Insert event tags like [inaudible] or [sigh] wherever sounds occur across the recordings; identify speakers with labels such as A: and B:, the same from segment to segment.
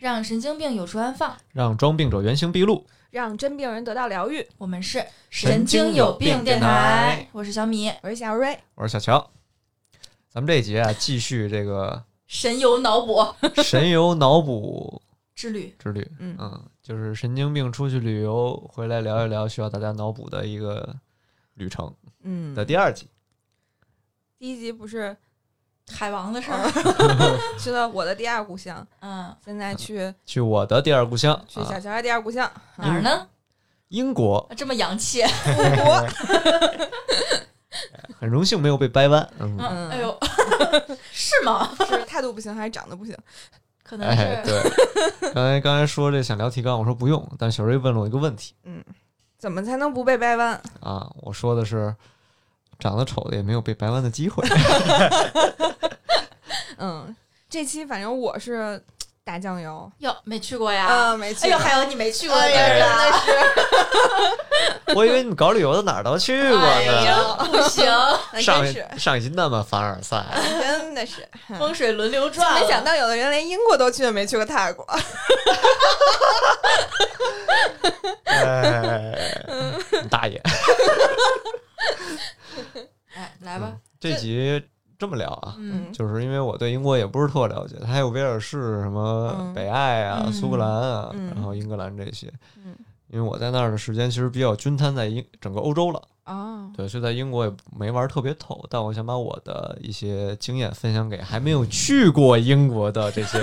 A: 让神经病有处安放。
B: 让装病者原形毕露。
C: 让真病人得到疗愈。
A: 我们是
B: 神经有病电台，
A: 我是小米。
C: 我是小瑞，
B: 我是小乔，咱们这一节啊，继续这个
A: 神游脑补
B: 神游脑补
A: 之旅，[laughs]
B: 之旅。
C: 嗯
B: 嗯，就是神经病出去旅游回来聊一聊需要大家脑补的一个旅程
C: 嗯
B: 的第二集。
C: 第一集不是
A: 海王的事
C: [laughs]
A: 儿。
C: 去了我的第二故乡，
A: 嗯，
C: 现在去
B: 去我的第二故乡
C: 去小
B: 啊，
C: 乔的第二故乡，
A: 哪儿呢？
B: 英国，
A: 这么洋气。
B: 嗯
C: 出国。
B: 很荣幸没有被掰弯。嗯，
A: 嗯
C: 嗯
A: 哎呦， [laughs] 是吗？
C: 是态度不行还是长得不行？
A: 可能
B: 哎，
A: 是
B: 对，刚才刚才说这想聊提纲，我说不用，但小瑞问了我一个问题
C: 怎么才能不被掰弯？
B: 啊，我说的是长得丑的也没有被掰弯的机会。 [laughs]
C: 嗯，这期反正我是打酱油，
A: 哟没去过呀。
C: 啊，没去
A: 哎
C: 过，
A: 呦，还有你没去过
C: 哎
A: 呀？
C: 呀，真
A: 真
C: 的
A: 的
C: 是，
B: 我以为你搞旅游的哪儿都去过
A: 哎
B: 呢。
A: 呀，不
C: [laughs]
A: 行，
C: 那
B: 上
C: 真是，
B: 上一集那么凡尔赛，
C: 真 [laughs] 的是，
A: 风水轮流转了。
C: 没想到有的人连英国都去了，没去过泰国。
B: 哎，你 [laughs] 大爷！
A: 哎，来吧，
B: 这集这么聊啊，
A: 嗯，
B: 就是因为我对英国也不是特了解，它还有威尔士、什么
C: 嗯
B: 北爱啊、
A: 嗯
B: 苏格兰啊，
C: 嗯
B: 然后英格兰这些。
C: 嗯
B: 因为我在那儿的时间其实比较均摊在英整个欧洲了，
C: 哦，
B: 对，所以在英国也没玩特别透，但我想把我的一些经验分享给还没有去过英国的这些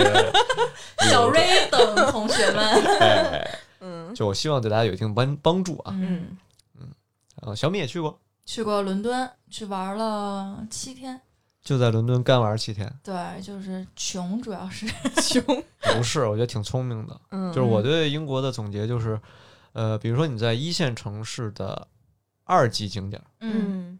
A: 小瑞等同学
C: [laughs]
A: 们，
B: 哎，
C: 嗯
B: 就我希望对大家有一定帮帮助啊。
A: 嗯，
C: 嗯，
B: 然后小米也去过，
A: 去过伦敦，去玩了七天。
B: 就在伦敦干玩七天，
A: 对，就是穷，主要是
C: 穷，
B: 不是，我觉得挺聪明的。
C: 嗯，
B: 就是我对英国的总结就是，呃，比如说你在一线城市的二级景点儿
C: 嗯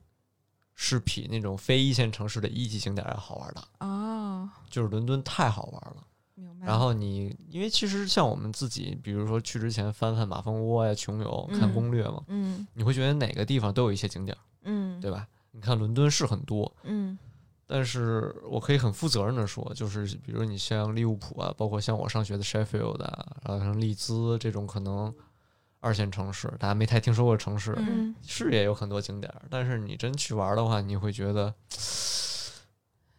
B: 是比那种非一线城市的一级景点儿要好玩的，
C: 哦，
B: 就是伦敦太好玩了。
C: 明白。
B: 然后你，因为其实像我们自己，比如说去之前翻翻马蜂窝呀、穷游、看
C: 嗯
B: 攻略嘛，
C: 嗯
B: 你会觉得哪个地方都有一些景点儿，
C: 嗯
B: 对吧？你看伦敦是很多，
C: 嗯
B: 但是我可以很负责任的说，就是比如你像利物浦啊，包括像我上学的 Sheffield 啊，然后像利兹这种可能二线城市，大家没太听说过的城市，
A: 嗯
C: 嗯
B: 是也有很多景点儿，但是你真去玩儿的话，你会觉得 [sniffs]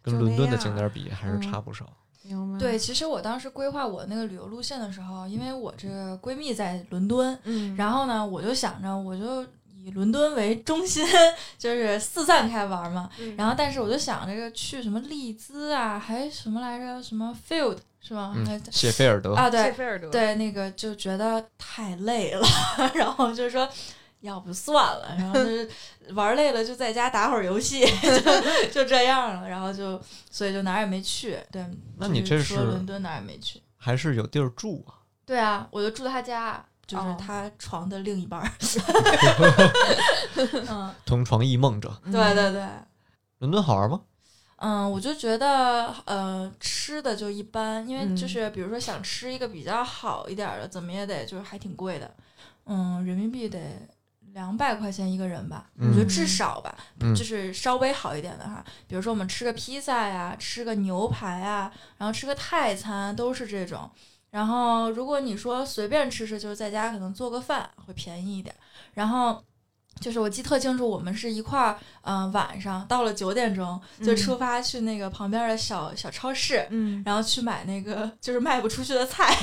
B: 跟
C: 就
B: 伦
C: 那
B: 敦的
C: 样
B: 景点儿比还是
C: 嗯
B: 差不少。
C: 明白。
A: 对，，其实我当时规划我那个旅游路线的时候，因为我这个闺蜜在伦敦，
C: 嗯，
A: 然后呢，我就想着我就以伦敦为中心， [laughs] 就是四散开玩嘛。
C: 嗯
A: 然后，但是我就想这个去什么利兹啊，还什么来着，什么 Field 是吗？
B: 嗯
A: 还，
B: 谢菲尔德，
A: 啊，
C: 谢
A: 对
C: 菲尔德，
A: 对，那个就觉得太累了， [laughs] 然后就说。要不算了，然后就是 [laughs] 玩累了就在家打会儿游戏，就 [laughs] 就这样了，然后就所以就哪儿也没去。对，
B: 那你
A: 就是
B: 这
A: 说
B: 是
A: 伦敦哪儿也没去？
B: 还是有地儿住啊。
A: 对啊，我就住他家，就是
C: 哦
A: 他床的另一半
B: [laughs]
A: 儿。 [laughs] 嗯，
B: 同床异梦者。
C: 嗯
A: 对对对，
B: 伦敦好玩吗？
A: 嗯，我就觉得呃，吃的就一般，因为
C: 嗯
A: 就是比如说想吃一个比较好一点儿的，怎么也得就是还挺贵的，嗯，人民币得两百块钱一个人吧，我觉得
B: 嗯
A: 至少吧，
B: 嗯
A: 就是稍微好一点的哈，比如说我们吃个披萨呀，吃个牛排啊，然后吃个泰餐都是这种。然后如果你说随便吃吃，就是在家可能做个饭会便宜一点。然后就是我记得特清楚，我们是一块儿，嗯、晚上到了九点钟就
C: 嗯
A: 出发去那个旁边的小小超市。
C: 嗯，
A: 然后去买那个 [laughs] 就是卖不出去的菜，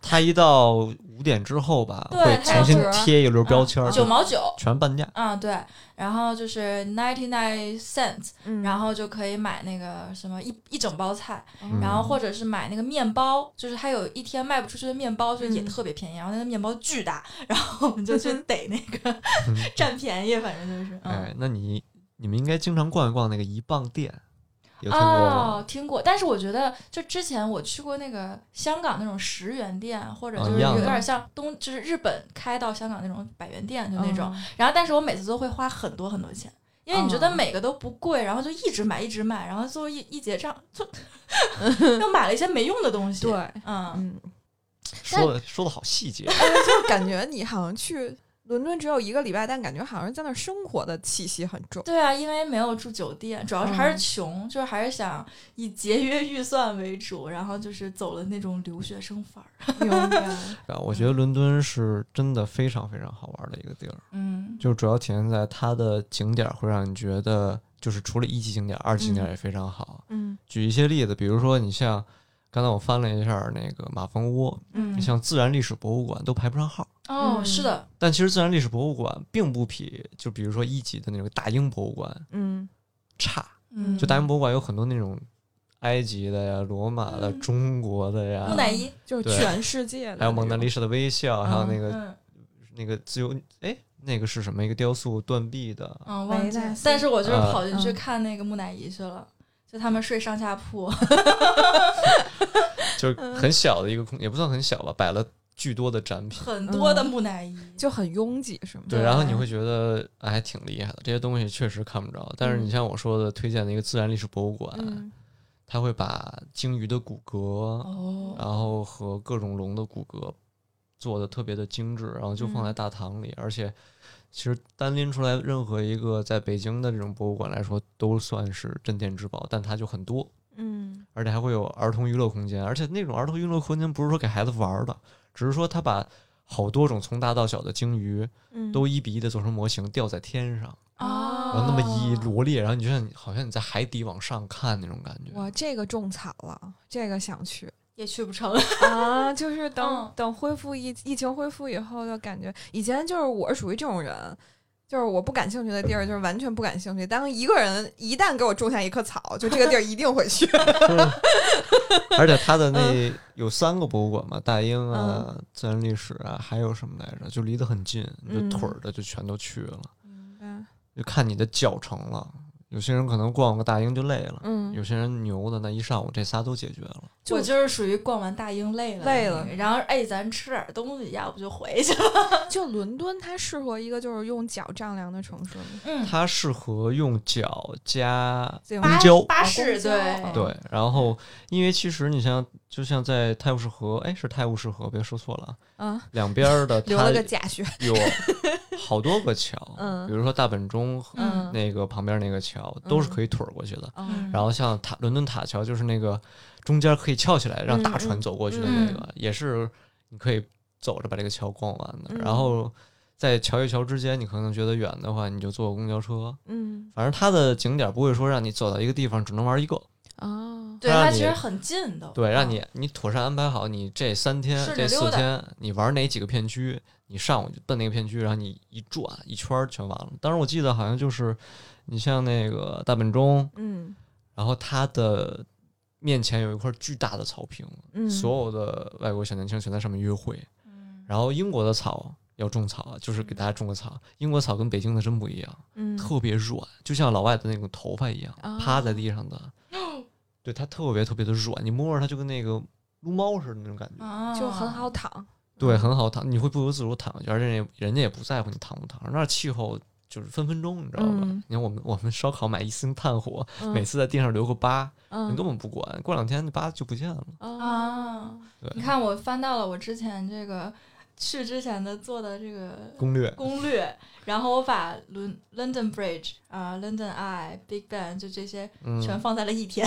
B: 它一到五点之后吧，
A: 对
B: 会
A: 它有嗯
B: 重新
C: 折
B: 贴一轮标签儿，
A: 九毛九，
B: 全半价。
A: 嗯对，然后就是 ninety nine cents，
C: 嗯
A: 然后就可以买那个什么一一整包菜，
B: 嗯
A: 然后或者是买那个面包，就是它有一天卖不出去的面包，所以也
C: 嗯
A: 特别便宜。然后那个面包巨大，然后我们就去
C: [laughs]
A: 逮那个占便宜，反正就是。嗯、
B: 哎，那你你们应该经常逛一逛那个一磅店，有听过吗？
A: 哦，听过，但是我觉得就之前我去过那个香港那种十元店，或者
B: 哦
A: 就是
B: 一样
A: 有
B: 的
A: 点像东，就是日本开到香港那种百元店就那种。
C: 哦，
A: 然后，但是我每次都会花很多很多钱。因为你觉得每个都不贵，然后就一直买，一直买，然后最后一一结账，
C: [laughs]
A: 就又买了一些没用的东西。
C: 对，
A: 嗯，
C: 嗯，
A: [laughs]
B: 说的说的好细节，
C: 哎就感觉你好像去伦敦只有一个礼拜，但感觉好像在那儿生活的气息很重。
A: 对啊，因为没有住酒店，主要是还
C: 嗯
A: 是穷，就是还是想以节约预算为主，然后就是走了那种留学生范儿。
C: 明白。
B: 啊，我觉得伦敦是真的非常非常好玩的一个地儿，
A: 嗯，
B: 就主要体现在它的景点儿会让你觉得，就是除了一级景点儿，二级景点儿也非常好。
C: 嗯
B: 举一些例子，比如说你像刚才我翻了一下儿那个马蜂窝，
A: 嗯
B: 像自然历史博物馆都排不上号。
A: 哦，
C: 嗯
A: 是的，
B: 但其实自然历史博物馆并不比就比如说一级的那种大英博物馆
C: 嗯
B: 差，
A: 嗯，
B: 就大英博物馆有很多那种埃及的呀、罗马的、
A: 嗯
B: 中国的呀，
A: 木乃伊，
C: 就是
B: 对
C: 全世界的，
B: 还有蒙娜丽，莎的微笑，还有那个
A: 嗯
B: 那个自由，哎，那个是什么？一个雕塑断臂的，
A: 嗯，忘记
C: 维纳
A: 了
C: 斯。
A: 但是我就是
B: 啊
A: 跑进去
C: 嗯
A: 看那个木乃伊去了，就他们睡上下铺。 [laughs]
B: 就是很小的一个空，也不算很小吧，摆了巨多的展品。
A: 很多
C: 嗯
A: 的木乃伊，
C: 就很拥挤，是吗？
B: 对，
A: 对
B: 然后你会觉得哎还挺厉害的，这些东西确实看不着。但是你
C: 嗯
B: 像我说的，推荐的一个自然历史博物馆，
C: 嗯
B: 它会把鲸鱼的骨骼，
A: 哦
B: 然后和各种龙的骨骼做的特别的精致，然后就
C: 嗯
B: 放在大堂里，而且其实单拎出来任何一个在北京的这种博物馆来说，都算是镇店之宝，但它就很多，
C: 嗯
B: 而且还会有儿童娱乐空间，而且那种儿童娱乐空间不是说给孩子玩儿的，只是说他把好多种从大到小的鲸鱼
C: 嗯，
B: 都一比一的做成模型吊在天上，然后
A: 哦
B: 那么一罗列，然后你就像你好像你在海底往上看那种感觉。
C: 哇，这个种草了，这个想去
A: 也去不成。
C: [laughs]
A: [laughs]
C: 啊！就是等、
A: 嗯
C: 等恢复疫疫情恢复以后，就感觉以前就是我是属于这种人，就是我不感兴趣的地儿，就是完全不感兴趣。当一个人一旦给我种下一棵草，就这个地儿一定会
A: [laughs]
C: 去。 [laughs]
B: 而且它的那
C: 嗯
B: 有三个博物馆嘛，大英啊、自然历史啊，还有什么来着？就离得很近，你
C: 嗯
B: 就腿儿的就全都去了，
C: 嗯
B: 就看你的脚程了。有些人可能逛个大英就累了，
C: 嗯，
B: 有些人牛的那一上午这仨都解决了。
C: 就
A: 我就是属于逛完大英累了，
C: 累了，
A: 然后哎，咱吃点东西，要不就回去了。
C: 就伦敦它适合一个就是用脚丈量的城市吗？
A: 嗯，
B: 它适合用脚加
C: 自由
B: 公
A: 巴
B: 交，
A: [laughs] 巴
C: 公
A: 士
C: 交
A: 对
C: 嗯
B: 对，然后因为其实你像就像在泰晤士河，哎，是泰晤士河，别说错了啊，
C: 啊，
B: 两边儿的
C: [laughs] 留
B: 它
C: 了个假穴。
B: 有好多个桥，
C: [laughs] 嗯
B: 比如说大本钟和
A: 嗯
B: 那个旁边那个桥都是
C: 嗯啊
B: 可以腿儿过去的。
A: 嗯
B: 然后像塔伦敦塔桥，就是那个中间可以翘起来让大
C: 嗯嗯
B: 船走过去的那
A: 嗯
B: 个，也是你可以走着把这个桥逛完的。
C: 嗯
B: 然后在桥与桥之间，你可能觉得远的话，你就坐公交车。
C: 嗯
B: 反正它的景点不会说让你走到一个地方只能玩一个，
C: 哦，
A: 对，
B: 它让
A: 它
B: 你
A: 其实很近的，嗯
B: 对，让你你妥善安排好你这三天
A: 哦顺着
B: 这四
A: 溜达
B: 天，你玩哪几个片区，你上午就奔那个片区，然后你一转一圈儿全完了。当时我记得好像就是，你像那个大本钟，
C: 嗯
B: 然后它的面前有一块巨大的草坪，
C: 嗯，
B: 所有的外国小年轻全在上面约会。
A: 嗯
B: 然后英国的草要种草啊，就是给大家种个草。英国草跟北京的真不一样，
C: 嗯哦
B: 特别软，就像老外的那种头发一样，趴在地上的，
C: [gasps]
B: 对它特别特别的软，你摸着它就跟那个撸猫似的那种感
C: 嗯
A: 啊
B: 觉，
C: 就很好躺。
B: 对，很好躺，你会不由自主躺下去，而且人人家也不在乎你躺不躺，那儿气候就是分分钟，你知道吗？
C: 嗯
B: 你看我们我们烧烤买一星炭火，
C: 嗯
B: 每次在地上留个疤，
C: 嗯哦
B: 你根本不管，过两天那疤就不见了，
A: 啊。
B: 对，
A: 你看，我翻到了我之前这个去之前的做的这个
B: 攻略。
A: 攻略，然后我把伦 London Bridge 啊、London Eye、Big Ben 就这些
B: 嗯，
A: 全放在了一
B: [laughs]
A: 天，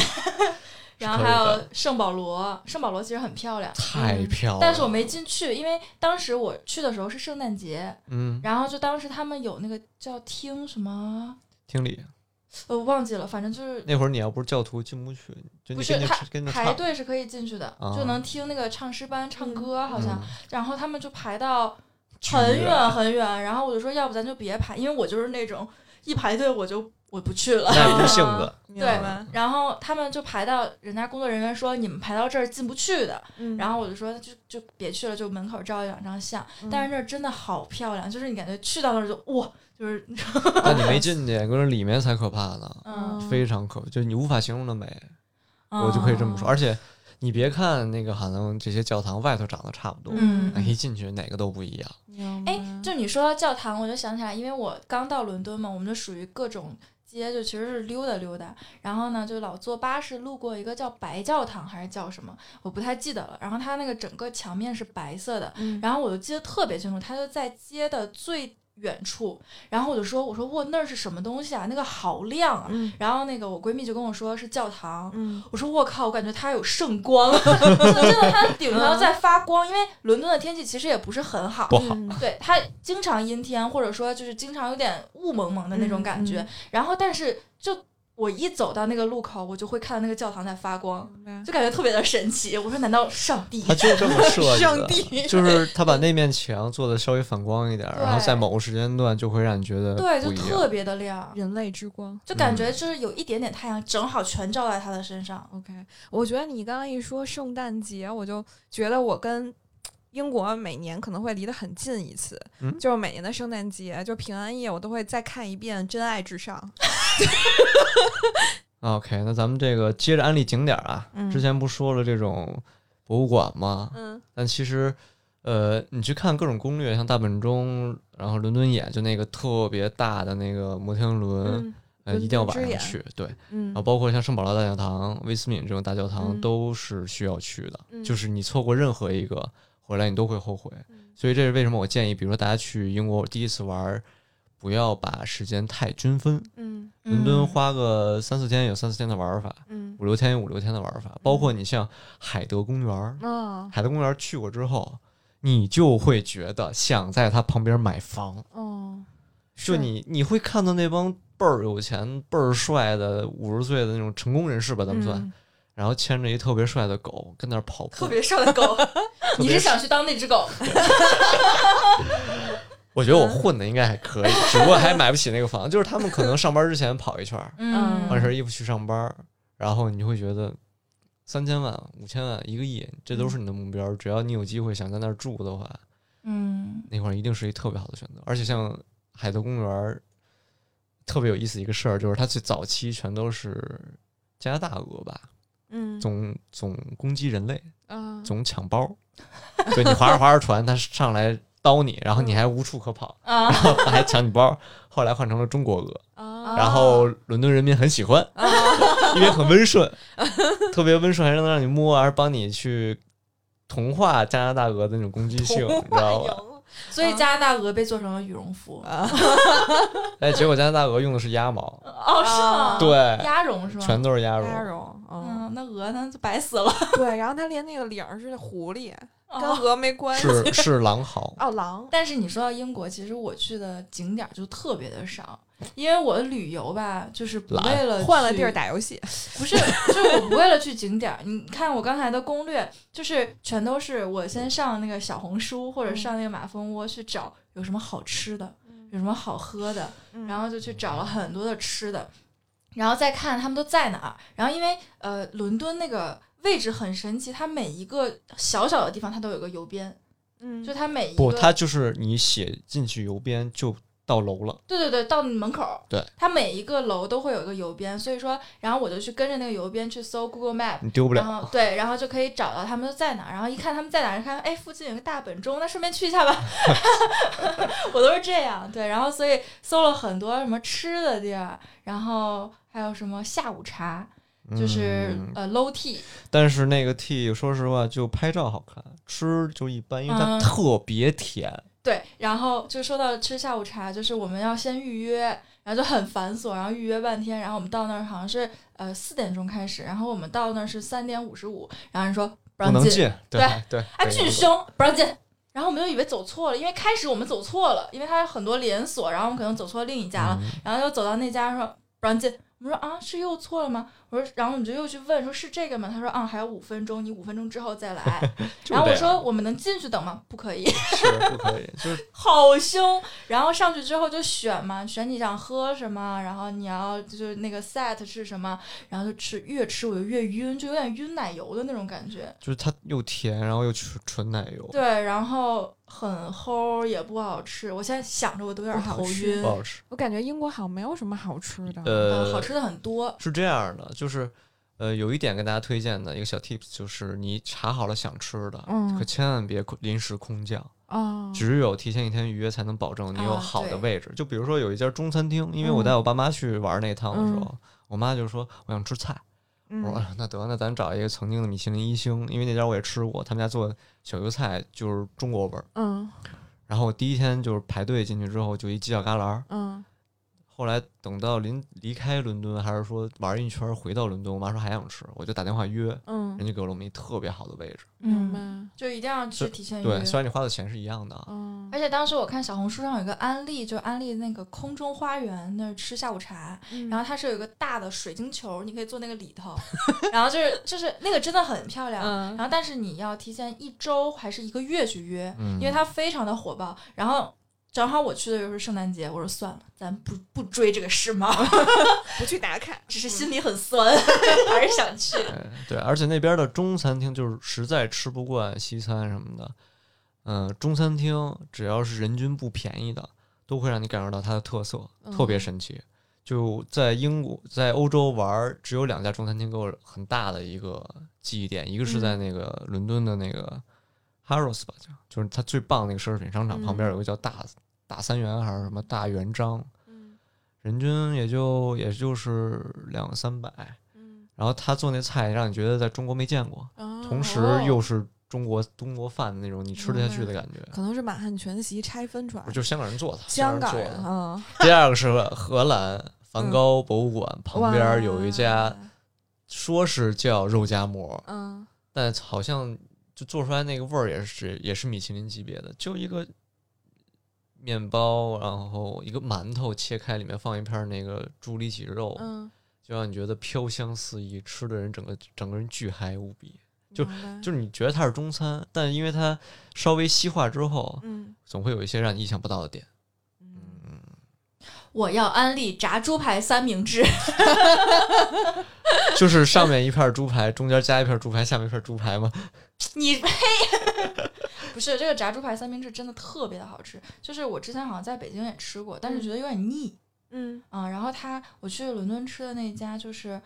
A: 然后
B: 可以
A: 还有
B: 的
A: 圣保罗，圣保罗其实很漂亮。
B: 太漂亮了，
A: 嗯但是我没进去，因为当时我去的时候是圣诞节，
B: 嗯，
A: 然后就当时他们有那个叫听什么，
B: 听理
A: 呃我忘记了，反正就是
B: 那会儿你要不是教徒进不去，就
A: 不
B: 你
A: 是
B: 跟着
A: 他
B: 吃跟着
A: 排
B: 唱，
A: 队是可以进去的，
B: 啊
A: 就能听那个唱诗班唱歌，好像。
B: 嗯
A: 然后他们就排到
B: 巨
A: 很
B: 远
A: 远很远，然后我就说，要不咱就别排，因为我就是那种一排队我就我不去了。
B: 耐不住性子，
C: 明
A: 对
C: 白，
A: [laughs] 然后他们就排到人家工作人员说你们排到这儿进不去的，
C: 嗯
A: 然后我就说就就别去了，就门口照一两张相。
C: 嗯
A: 但是那儿真的好漂亮，就是你感觉去到那儿就哇，就是
B: 但你没进去，跟着里面才可怕呢，
A: 嗯，
B: 非常可怕，就是你无法形容的美，
A: 嗯
B: 我就可以这么说。而且你别看那个好像这些教堂外头长得差不多，哎
A: 嗯
B: 那一进去哪个都不一样。
C: 明白
A: 哎哎，就你说到教堂，我就想起来，因为我刚到伦敦嘛，我们就属于各种街，就其实是溜达溜达。然后呢，就老坐巴士路过一个叫白教堂还是叫什么，我不太记得了。然后它那个整个墙面是白色的，
C: 嗯
A: 然后我就记得特别清楚，它就在街的最远处。然后我就说：“我说哇，那是什么东西啊？那个好亮啊！”
C: 嗯
A: 然后那个我闺蜜就跟我说是教堂。
C: 嗯
A: 我说我靠，我感觉它有圣光， [laughs] 真的真的，它顶上在发光，因为伦敦的天气其实也不是很好，
B: 不好，
C: 嗯
B: [laughs]
A: 对，它经常阴天，或者说就是经常有点雾蒙蒙的那种感觉。
C: 嗯
A: 然后，但是就我一走到那个路口，我就会看到那个教堂在发
C: 啊
A: 光，就感觉特别的神奇。我说，难道上帝？
B: 他就这么设计的，
C: 上帝
B: 就是他把那面墙做的稍微反光一点，
A: 对
B: 然后在某个时间段就会让你觉得
A: 对，就
B: 不一
A: 特
B: 样。嗯
A: 别的亮，
C: 人类之光。
A: 就感觉就是有一点点太阳，正好全照在他的身上。
C: OK，我觉得你刚刚一说圣诞节，我就觉得我跟英国每年可能会离得很近一次，
B: 嗯
C: 就是每年的圣诞节，就平安夜，我都会再看一遍《真爱至上》。
B: OK，那咱们这个接着安利景点啊，
C: 嗯
B: 之前不说了这种博物馆吗？
C: 嗯
B: 但其实，呃，你去看各种攻略，像大本钟，然后伦敦眼，就那个特别大的那个摩天轮，
C: 嗯
B: 呃，
C: 伦
B: 一定要
C: 敦之
B: 晚上
C: 眼
B: 去。对，然后
C: 嗯
B: 包括像圣保罗大教堂、威斯敏这种大教堂
C: 嗯
B: 都是需要去的，
C: 嗯
B: 就是你错过任何一个回来，你都会后悔。
C: 嗯
B: 所以这是为什么我建议，比如说大家去英国第一次玩儿，不要把时间太均分，
C: 嗯
B: 伦敦
A: 嗯
B: 花个三四天有三四天的玩儿法，
C: 嗯
B: 五六天有五六天的玩儿法，包
A: 嗯
B: 括你像海德公园儿，
C: 啊
B: 海德公园去过之后，你就会觉得想在它旁边买房。
C: 哦，
B: 就是你你会看到那帮倍儿有钱、倍儿帅的五十岁的那种成功人士吧，咱们算，
C: 嗯
B: 然后牵着一特别帅的狗跟那儿跑步，
A: 特别瘦的狗，
B: 特
A: 你是
B: 别
A: 想去当那只狗？
B: 我觉得
A: 嗯
B: 我混的应该还可以，只不过还买不起那个房。就是他们可能上班之前跑一圈儿，
A: 嗯，
B: 换身衣服去上班儿，然后你就会觉得三千万、五千万、一个亿，这都是你的目标。只要你有机会想在那儿住的话，
A: 嗯，
B: 那块儿一定是一特别好的选择。而且像海德公园儿，特别有意思一个事儿，就是它最早期全都是加拿大鹅吧，
C: 嗯
B: 总总攻击人类，
C: 啊
B: 总抢包儿。对你划着划着船，它上来刀你，然后你还无处可跑，
A: 啊，
B: 然后它还抢你包儿。后来换成了中国鹅，
C: 啊
B: 然后伦敦人民很喜欢，
C: [laughs]
B: 因为很温顺， [laughs] 特别温顺，还能让你摸，还是帮你去同化加拿大鹅的那种攻击性，你知道吧？
A: 所
B: 嗯
A: 以加拿大鹅被做成了羽绒服。
C: 啊
B: 哎，结果加拿大鹅用的是鸭毛，
A: 哦，是吗？
C: 啊
B: 对，
A: 鸭绒是吗？
B: 全都是鸭绒。
C: 鸭绒，嗯，
A: 嗯，那鹅呢就白死了，
C: 对，然后它连那个领儿是狐狸，跟鹅没关系。
A: [laughs]
B: 是是狼嚎，
A: 啊
C: 哦，狼，
A: 但是你说到英国，其实我去的景点儿就特别的少，因为我旅游吧，就是不
B: 懒
A: 为了
C: 换了地儿
A: 去，
C: 打游戏。
A: 不是，就是我不为了去景点儿。你看我刚才的攻略，就是全都是我先上那个小红书或者上那个马蜂窝去找有什么好吃的，有什么好喝的，
C: 嗯
A: 然后就去找了很多的吃的，然后再看他们都在哪儿。然后因为呃，伦敦那个位置很神奇，它每一个小小的地方它都有个邮编，
C: 嗯，
A: 就它每一个
B: 不，它就是你写进去邮编就到楼了。
A: 对对对，到你门口，
B: 对，
A: 它每一个楼都会有一个邮编，所以说，然后我就去跟着那个邮编去搜 Google Map。
B: 你丢不
A: 然
B: 了，
A: 后对，然后就可以找到他们都在哪儿，然后一看他们在哪儿，看哎附近有个大本钟，那顺便去一下吧。 [laughs] 我都是这样，对，然后所以搜了很多什么吃的地儿，然后还有什么下午茶，就是、
B: 嗯
A: 呃 low tea，
B: 但是那个 T，说实话，就拍照好看，吃就一般，因为它
A: 嗯
B: 特别甜。
A: 对，然后就说到吃下午茶，就是我们要先预约，然后就很繁琐，然后预约半天，然后我们到那儿好像是呃四点钟开始，然后我们到那儿是三点五十五，然后人说不
B: 不
A: 让
B: 能
A: 进，
B: 进，哎对，
A: 啊
B: 对
A: 巨凶，不让进。然后我们就以为走错了，因为开始我们走错了，因为它有很多连锁，然后我们可能走错另一
B: 嗯
A: 家了，啊然后又走到那家说不让进，我们说啊是又错了吗？我说，然后我们就又去问说是这个吗？他说啊还有五分钟，你五分钟之后再来。
B: [laughs]
A: 然后我说我们能进去等吗？不可以。
B: 是不可以，就是
A: 好凶。然后上去之后就选嘛，选你想喝什么，然后你要就是那个 set 是什么，然后就吃，越吃我就越晕，就有点晕奶油的那种感觉。
B: 就是它又甜，然后又纯纯奶油，
A: 对，然后很齁，也不好吃。我现在想着我都有点
C: 不好
A: 头
C: 吃
A: 晕
B: 不。哦好吃。
C: 我感觉英国好像没有什么好吃的。
A: 呃，好
B: 呃，
A: 吃的很多。
B: 是这样的，就是呃，有一点跟大家推荐的一个小 tips 就是，你查好了想吃的，
C: 嗯
B: 可千万别临时空降。
C: 哦，
B: 只有提前一天预约才能保证你有
A: 啊
B: 好的
A: 对
B: 位置。就比如说有一家中餐厅，因为我
C: 嗯
B: 带我爸妈去玩那趟的时
C: 嗯
B: 候，我妈就说我想吃菜，
C: 嗯
B: 我说啊那得那咱找一个曾经的米其林一星，因为那家我也吃过，他们家做小油菜就是中国味儿。
C: 嗯
B: 然后我第一天就是排队进去之后就一犄角旮旯儿，
C: 嗯
B: 后来等到临离开伦敦还是说玩一圈儿回到伦敦，我妈说还想吃，我就打电话约，人
C: 嗯，
B: 家给了我们一特别好的位置。
C: 明白
A: 嗯，，就一定要去提前预约
B: 对，。虽然你花的钱是一样的啊，
C: 嗯
A: 而且当时我看小红书上有一个安利，就安利那个空中花园那儿吃下午茶，
B: 嗯
A: 然后它是有一个大的水晶球，你可以坐那个里头，然后就是就是那个真的很漂亮。
C: 嗯
A: 然后但是你要提前一周还是一个月去约，
B: 嗯，
A: 因为它非常的火爆。然后正好我去的又是圣诞节，我说算了，咱不不追这个时髦，
C: 不去打卡，
A: 只是心里很酸， [laughs] 还是想去。
B: 对对，而且那边的中餐厅就是实在吃不惯西餐什么的，嗯、中餐厅只要是人均不便宜的，都会让你感受到它的特色，特别
C: 嗯
B: 神奇。就在英国，在欧洲玩儿，只有两家中餐厅给我很大的一个记忆点，一个是
C: 嗯
B: 在那个伦敦的那个 Harrods 吧，叫就是它最棒那个奢侈品商场旁边
C: 嗯
B: 有一个叫大、大三元还是什么大元章，
C: 嗯
B: 人均也就也就是两三百，
C: 嗯
B: 然后他做那菜让你觉得在中国没见过，
C: 哦
B: 同时又是中国中国饭的那种你吃得下去的感觉。
C: 可能是满汉全席拆分出来
B: 不，就是香港人做的，
C: 嗯香港
B: 港人
C: 人
B: 做的。
C: 啊，
B: 第二个是荷兰梵高博物馆旁边有一家，
C: 嗯哇，
B: 说是叫肉夹馍，
C: 嗯
B: 但好像就做出来那个味儿也是也是米其林级别的，就一个面包，然后一个馒头切开，里面放一片那个猪里脊肉，
C: 嗯，
B: 就让你觉得飘香四溢，吃的人整个整个人巨嗨无比。就
C: 嗯明
A: 嗯
C: 白
B: 就是你觉得它是中餐，但因为它稍微西化之后，
C: 嗯
B: 总会有一些让你意想不到的点。
C: 嗯
B: 嗯，
A: 我要安利炸猪排三明治，
B: 就是上面一片猪排，中间加一片猪排，下面一片猪排嘛。
A: 你呸！ [laughs] 不是这个炸猪排三明治真的特别的好吃，就是我之前好像在北京也吃过，但是觉得有点腻。
C: 嗯
A: 嗯，然后他我去伦敦吃的那家就是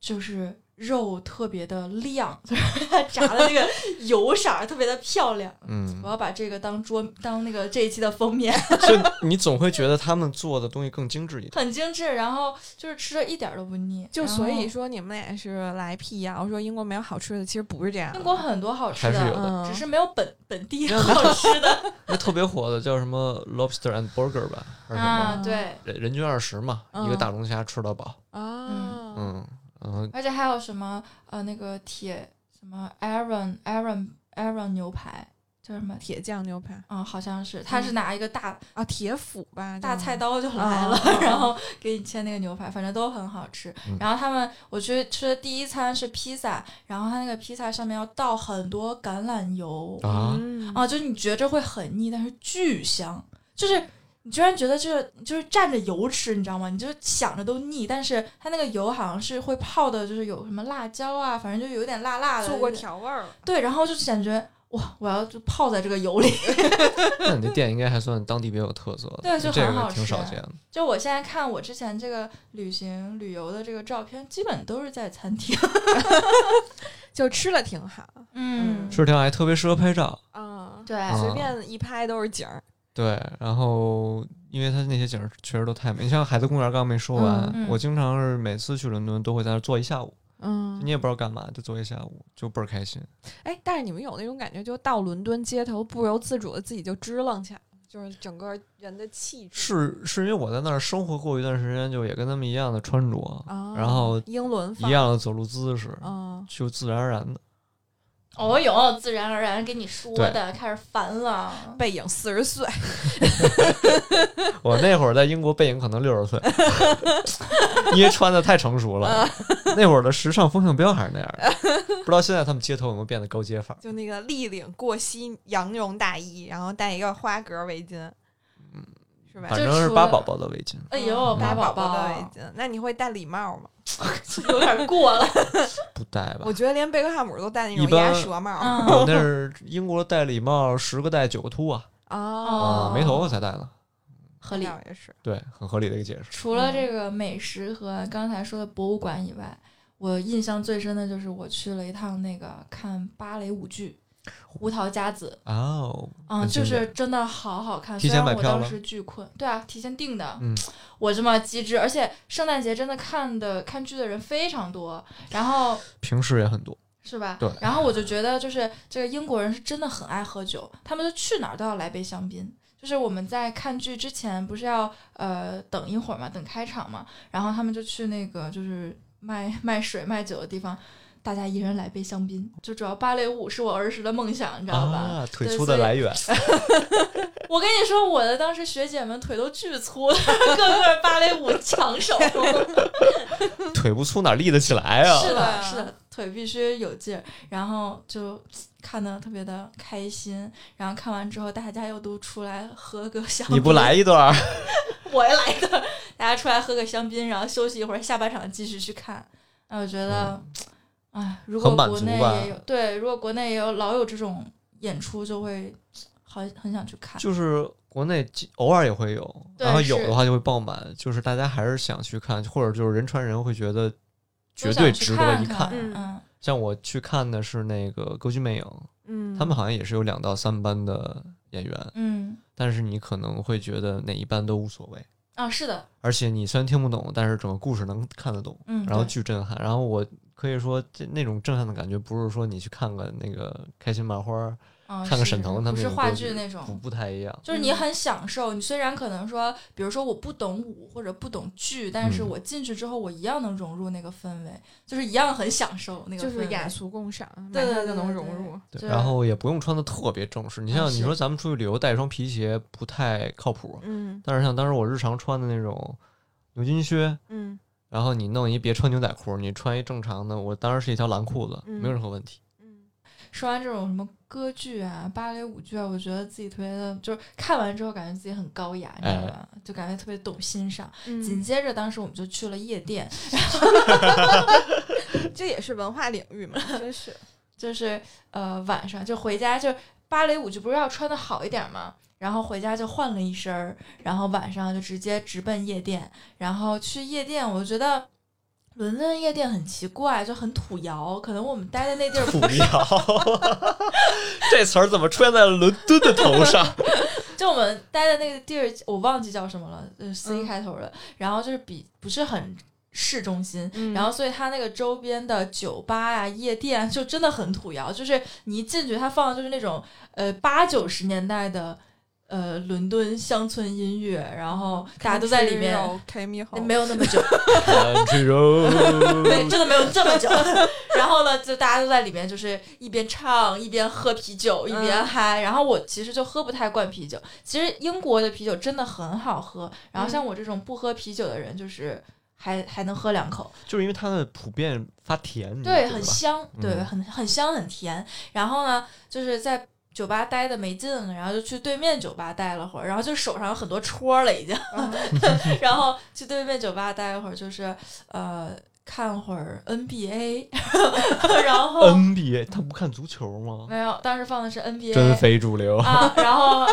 A: 就是肉特别的亮， [laughs] 就是它炸的那个油色儿特别的漂亮。
B: 嗯 [laughs]
A: 我，要把这个当桌当那个这一期的封面，
B: 就你总会觉得他们做的东西更精致一点。
A: 很精致，然后就是吃着一点儿都不腻。
C: 就
A: 然
C: 所
A: 后
C: 以说你们俩是来辟谣，说英国没有好吃的，其实不是这样的。
A: 英国很多好吃
B: 还是有
A: 的，
B: 的
C: 嗯，
A: 只是没有本本地好吃
B: [laughs]
A: 的
B: 那特别火的叫什么 Lobster and Burger 吧，还是什么？
A: 啊，对。
B: 人人均二十嘛，
C: 嗯
B: 一个大龙虾吃到饱。
C: 啊，
B: 嗯嗯，
A: 而且还有什么呃那个铁什么 Aaron Aaron Aaron 牛排叫什么铁
C: 铁酱牛排
A: 嗯好像是他是拿一个大
C: 啊，铁斧吧，
A: 大
C: 叫
A: 菜刀就来了， [laughs]
C: 哦
A: 然后给你切那个牛排，反正都很好吃。
B: 嗯
A: 然后他们我去吃的第一餐是披萨，然后他那个披萨上面要倒很多橄榄油啊
B: 啊，
C: 嗯
A: 就是你觉着会很腻，但是巨香，就是。你居然觉得这就是蘸着油吃，你知道吗？你就想着都腻，但是它那个油好像是会泡的，就是有什么辣椒啊，反正就有点辣辣的。
C: 做过调味儿了，
A: 对，然后就感觉哇，我要就泡在这个油里，
B: 那你这店应该还算当地比较有特色的，
A: 对就
B: 这
A: 很好
B: 个挺
A: 吃
B: 少见的。
A: 就我现在看我之前这个旅行旅游的这个照片，基本都是在餐 [laughs] 厅。
C: 就吃了挺好嗯
B: 吃挺好，还特别适合拍照。
C: 啊，
A: 对，
B: 啊
C: 随便一拍都是景儿。
B: 对，然后因为它那些景儿确实都太美，你像海德公园刚刚没说完，
A: 嗯嗯
B: 我经常是每次去伦敦都会在那儿坐一下午，
C: 嗯
A: 哦
B: 你也不知道干嘛，就坐一下午，就倍儿开心。
C: 哎，但是你们有那种感觉，就到伦敦街头不由自主的自己就支棱起来了，就是整个人的气质。
B: 是是因为我在那儿生活过一段时间，就也跟他们一样的穿着，
A: 哦
C: 啊，
B: 然后
C: 英伦
B: 一
C: 范，
B: 样的走路姿势，
C: 嗯，
B: 就自然而然的。
A: 哦哟，自然而然给你说
B: 对
A: 的，开始烦了。
C: 背影四十岁，
B: 我那会儿在英国背影可能六十岁，
A: [laughs]
B: 因为穿的太成熟了。
A: 哦
B: 那会儿的时尚风向标还是那样
A: [laughs]
B: 的，不知道现在他们街头有没有变得高街法儿。
C: 就那个立领过膝羊绒大衣，然后戴一个花格围巾，是吧
B: 反？
A: 就
B: 正是
A: 除
B: 八
A: 了
B: 宝宝的围巾，
A: 哎呦，
B: 嗯
C: 戴
A: 八宝
C: 宝嗯宝的
A: 宝
C: 围巾，那你会戴礼帽吗？
A: [laughs] 有点过了。
B: 不戴吧
C: 我？觉得连贝克汉姆都戴那
B: 一
C: 种
B: 般
C: 鸭舌帽
A: 嗯，
C: 啊
A: [laughs]
B: 我那是英国戴礼帽，十个戴九个秃啊，啊，
A: 哦
B: 没头发才戴呢。
A: 合理嗯
C: 那。我也是。
B: 对，很合理的一个解
A: [laughs]
B: 释。
A: 除了这个美食和刚才说的博物馆以外，我印象最深的就是我去了一趟那个看芭蕾舞剧，胡桃夹子，
B: 哦，
A: 嗯，
B: 很
A: 就
B: 经典
A: 是真的好好看。
B: 提
A: 虽
B: 前
A: 然
B: 买
A: 我
B: 票
A: 当
B: 吗
A: 时巨困，对啊，提前订的。
B: 嗯
A: 我这么机智，而且圣诞节真的看的看剧的人非常多，然后
B: 平时也很多，
A: 是吧？
B: 对
A: 然后我就觉得，就是这个英国人是真的很爱喝酒，他们就去哪儿都要来杯香槟。就是我们在看剧之前，不是要呃等一会儿嘛，等开场嘛，然后他们就去那个就是卖卖水卖酒的地方，大家一人来杯香槟。就主要芭蕾舞是我儿时的梦想，你知道吧？
B: 啊，腿
A: 对
B: 粗
A: 所
B: 的
A: 以
B: 来
A: [laughs]
B: 源，
A: 我跟你说，我的当时学姐们腿都巨粗， [laughs] 个个芭蕾舞强手。
B: 腿不粗哪立得起来啊？
A: 是
C: 对
A: 的，
C: 啊
A: 是的，腿必须有劲儿，然后就看的特别的开心。然后看完之后，大家又都出来喝个香槟，
B: 你不来，一段儿？
A: [laughs] 我也来的。大家出来喝个香槟，然后休息一会儿，下半场继续去看。那我觉得，哎、如果
B: 嗯很满
A: 国
B: 足
A: 内
B: 吧
A: 也有对，如果国内也有老有这种演出，就会好很想去看。
B: 就是国内几偶尔也会有，
A: 对
B: 然后有
A: 是
B: 的话就会爆满，就是大家还是想去看，或者就是人传人会觉得绝
A: 都想
B: 对
A: 去
B: 值得一
A: 看看，
C: 嗯
A: 嗯，
B: 像我去看的是那个《歌剧魅影》，
C: 嗯，
B: 他们好像也是有两到三班的演员，
A: 嗯
B: 但是你可能会觉得哪一班都无所谓，
A: 啊，是的，
B: 而且你虽然听不懂，但是整个故事能看得懂，
A: 嗯，
B: 然后
A: 对
B: 巨震撼。然后我可以说，这那种震撼的感觉，不是说你去看个那个开心麻花儿，
A: 嗯
B: 看个
A: 是
B: 沈腾他
A: 不
B: 们
A: 是
B: 那种
A: 话
B: 歌
A: 剧
B: 曲
A: 那
B: 不
A: 种，
B: 不太一样。
A: 就是你
C: 嗯
A: 很享受。你虽然可能说，比如说我不懂舞或者不懂剧，但是
B: 嗯
A: 我进去之后，我一样能融入那个氛围，就是一样很享受那个
C: 就
A: 氛围
C: 是。雅俗共赏，
A: 对
C: 马
A: 对
C: 上
A: 对
C: 就能
A: 对
C: 融
A: 对
C: 入。
B: 对，
A: 对
B: 然后也不用穿的特别正式。你
A: 啊
B: 像你
A: 是
B: 说咱们出去旅游带一双皮鞋不太靠谱，
C: 嗯
B: 但是像当时我日常穿的那种牛津靴，
C: 嗯
B: 然后你弄一别穿牛仔裤，你穿一正常的，我当然是一条蓝裤子，
C: 嗯
B: 没有任何问题。
C: 嗯
A: 说完这种什么歌剧啊、芭蕾舞剧啊，我觉得自己特别的，就是看完之后感觉自己很高雅，你知道
B: 哎
A: 吧？就感觉特别懂欣赏。紧
C: 嗯，
A: 接着，当时我们就去了夜店，
C: 这也是文化领域
A: [laughs]
C: 嘛，真是。
A: 就是呃晚上就回家就芭蕾舞就不是要穿的好一点嘛，然后回家就换了一身儿，然后晚上就直接直奔夜店，然后去夜店，我觉得。伦敦夜店很奇怪，就很土窑，可能我们待的那地儿
B: 土窑， [laughs] 这词儿怎么出现在了伦敦的头上？
A: 就我们待的那个地儿，我忘记叫什么了，呃，C 开头的，然后就是比不是很市中心，
C: 嗯
A: 然后所以它那个周边的酒吧呀、夜店啊就真的很土窑，就是你一进去，它放的就是那种呃八九十年代的呃伦敦乡村音乐，然后大家都在里面。
C: 开猕猴，
A: 没有那么久，
B: Country [laughs] road
A: 对，真的没有这
C: [laughs]
A: 么久。然后呢，就大家都在里面，就是一边唱一边喝啤酒，一边
C: 嗯
A: 嗨。然后我其实就喝不太惯啤酒，其实英国的啤酒真的很好喝。然后
C: 嗯
A: 像我这种不喝啤酒的人，就是还还能喝两口。
B: 就是因为它的普遍发甜，你
A: 对，
B: 觉得
A: 很
B: 嗯吧
A: 香，对，
B: 嗯
A: 很很香，很甜。然后呢，就是在酒吧待的没劲了，然后就去对面酒吧待了会儿，然后就手上有很多戳儿了
B: [laughs]
A: 已经，
C: 嗯
A: 然后去对面酒吧待一会儿，就是呃看会儿 NBA，然后、
B: NBA，他不看足球吗？
A: 没有，当时放的是 NBA，
B: 真非主流。
A: 啊，然后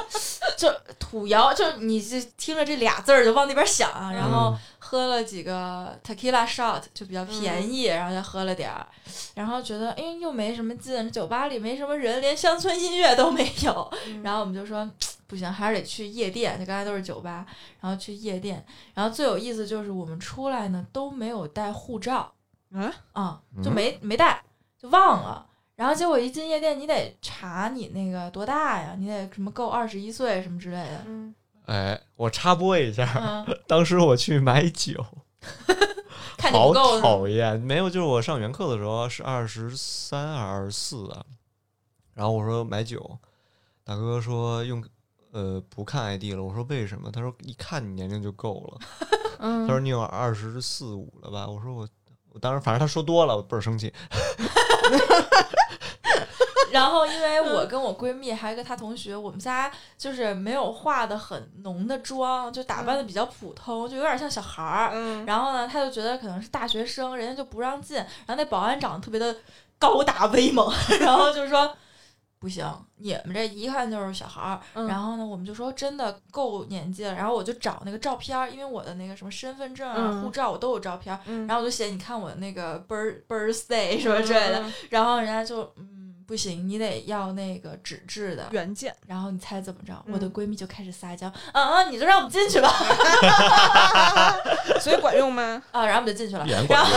A: 就土窑，就是你这听着这俩字儿就往那边想啊，然后
B: 嗯
A: 喝了几个 tequila shot 就比较便宜，然后再喝了点儿，然后觉得哎又没什么劲，酒吧里没什么人，连乡村音乐都没有，[laughs]
C: 嗯
A: 然后我们就说。不行，还是得去夜店。就刚才都是酒吧，然后去夜店。然后最有意思就是我们出来呢都没有带护照，
C: 啊
A: 啊，就
B: 嗯
A: 没没带，就忘了。然后结果一进夜店，你得查你那个多大呀，你得什么够二十一岁什么之类的。
C: 嗯
B: 哎，我插播一下，
A: 嗯，
B: 当时我去买 [laughs] 酒，
A: 看你
B: 好
A: 不够呢。
B: 讨厌。没有，就是我上原课的时候是二十三还是二十四啊？然后我说买酒，大哥说用呃不看 ID 了。我说为什么？他说一看你年龄就够 [laughs] 了。
C: 嗯，
B: 他说你有二十四五了吧？我说我我当时反正他说多了，我倍儿生气。
A: 然后因为
C: 嗯
A: 我跟我闺蜜还有一个她同学，我们仨就是没有化的很浓的妆，就打扮的比较普通，就有点像小孩儿。
C: 嗯，
A: 然后呢，他就觉得可能是大学生，人家就不让进。然后那保安长得特别的高大威猛， [laughs] 然后就说不行，你们这一看就是小孩儿。
C: 嗯
A: 然后呢，我们就说真的够年纪了。然后我就找那个照片儿，因为我的那个什么身份证啊、
C: 嗯
A: 护照我都有照片儿。
C: 嗯
A: 然后我就写你看我那个 bir birthday 什么之类的，，然后人家就嗯不行，你得要那个纸质的。
C: 原件，
A: 然后你猜怎么着？
C: 嗯
A: 我的闺蜜就开始撒娇，啊啊，你就让我们进去吧，
C: 所以管用吗？
A: 啊，然后我们就进去了。
B: 严
A: 然
B: 管
A: 后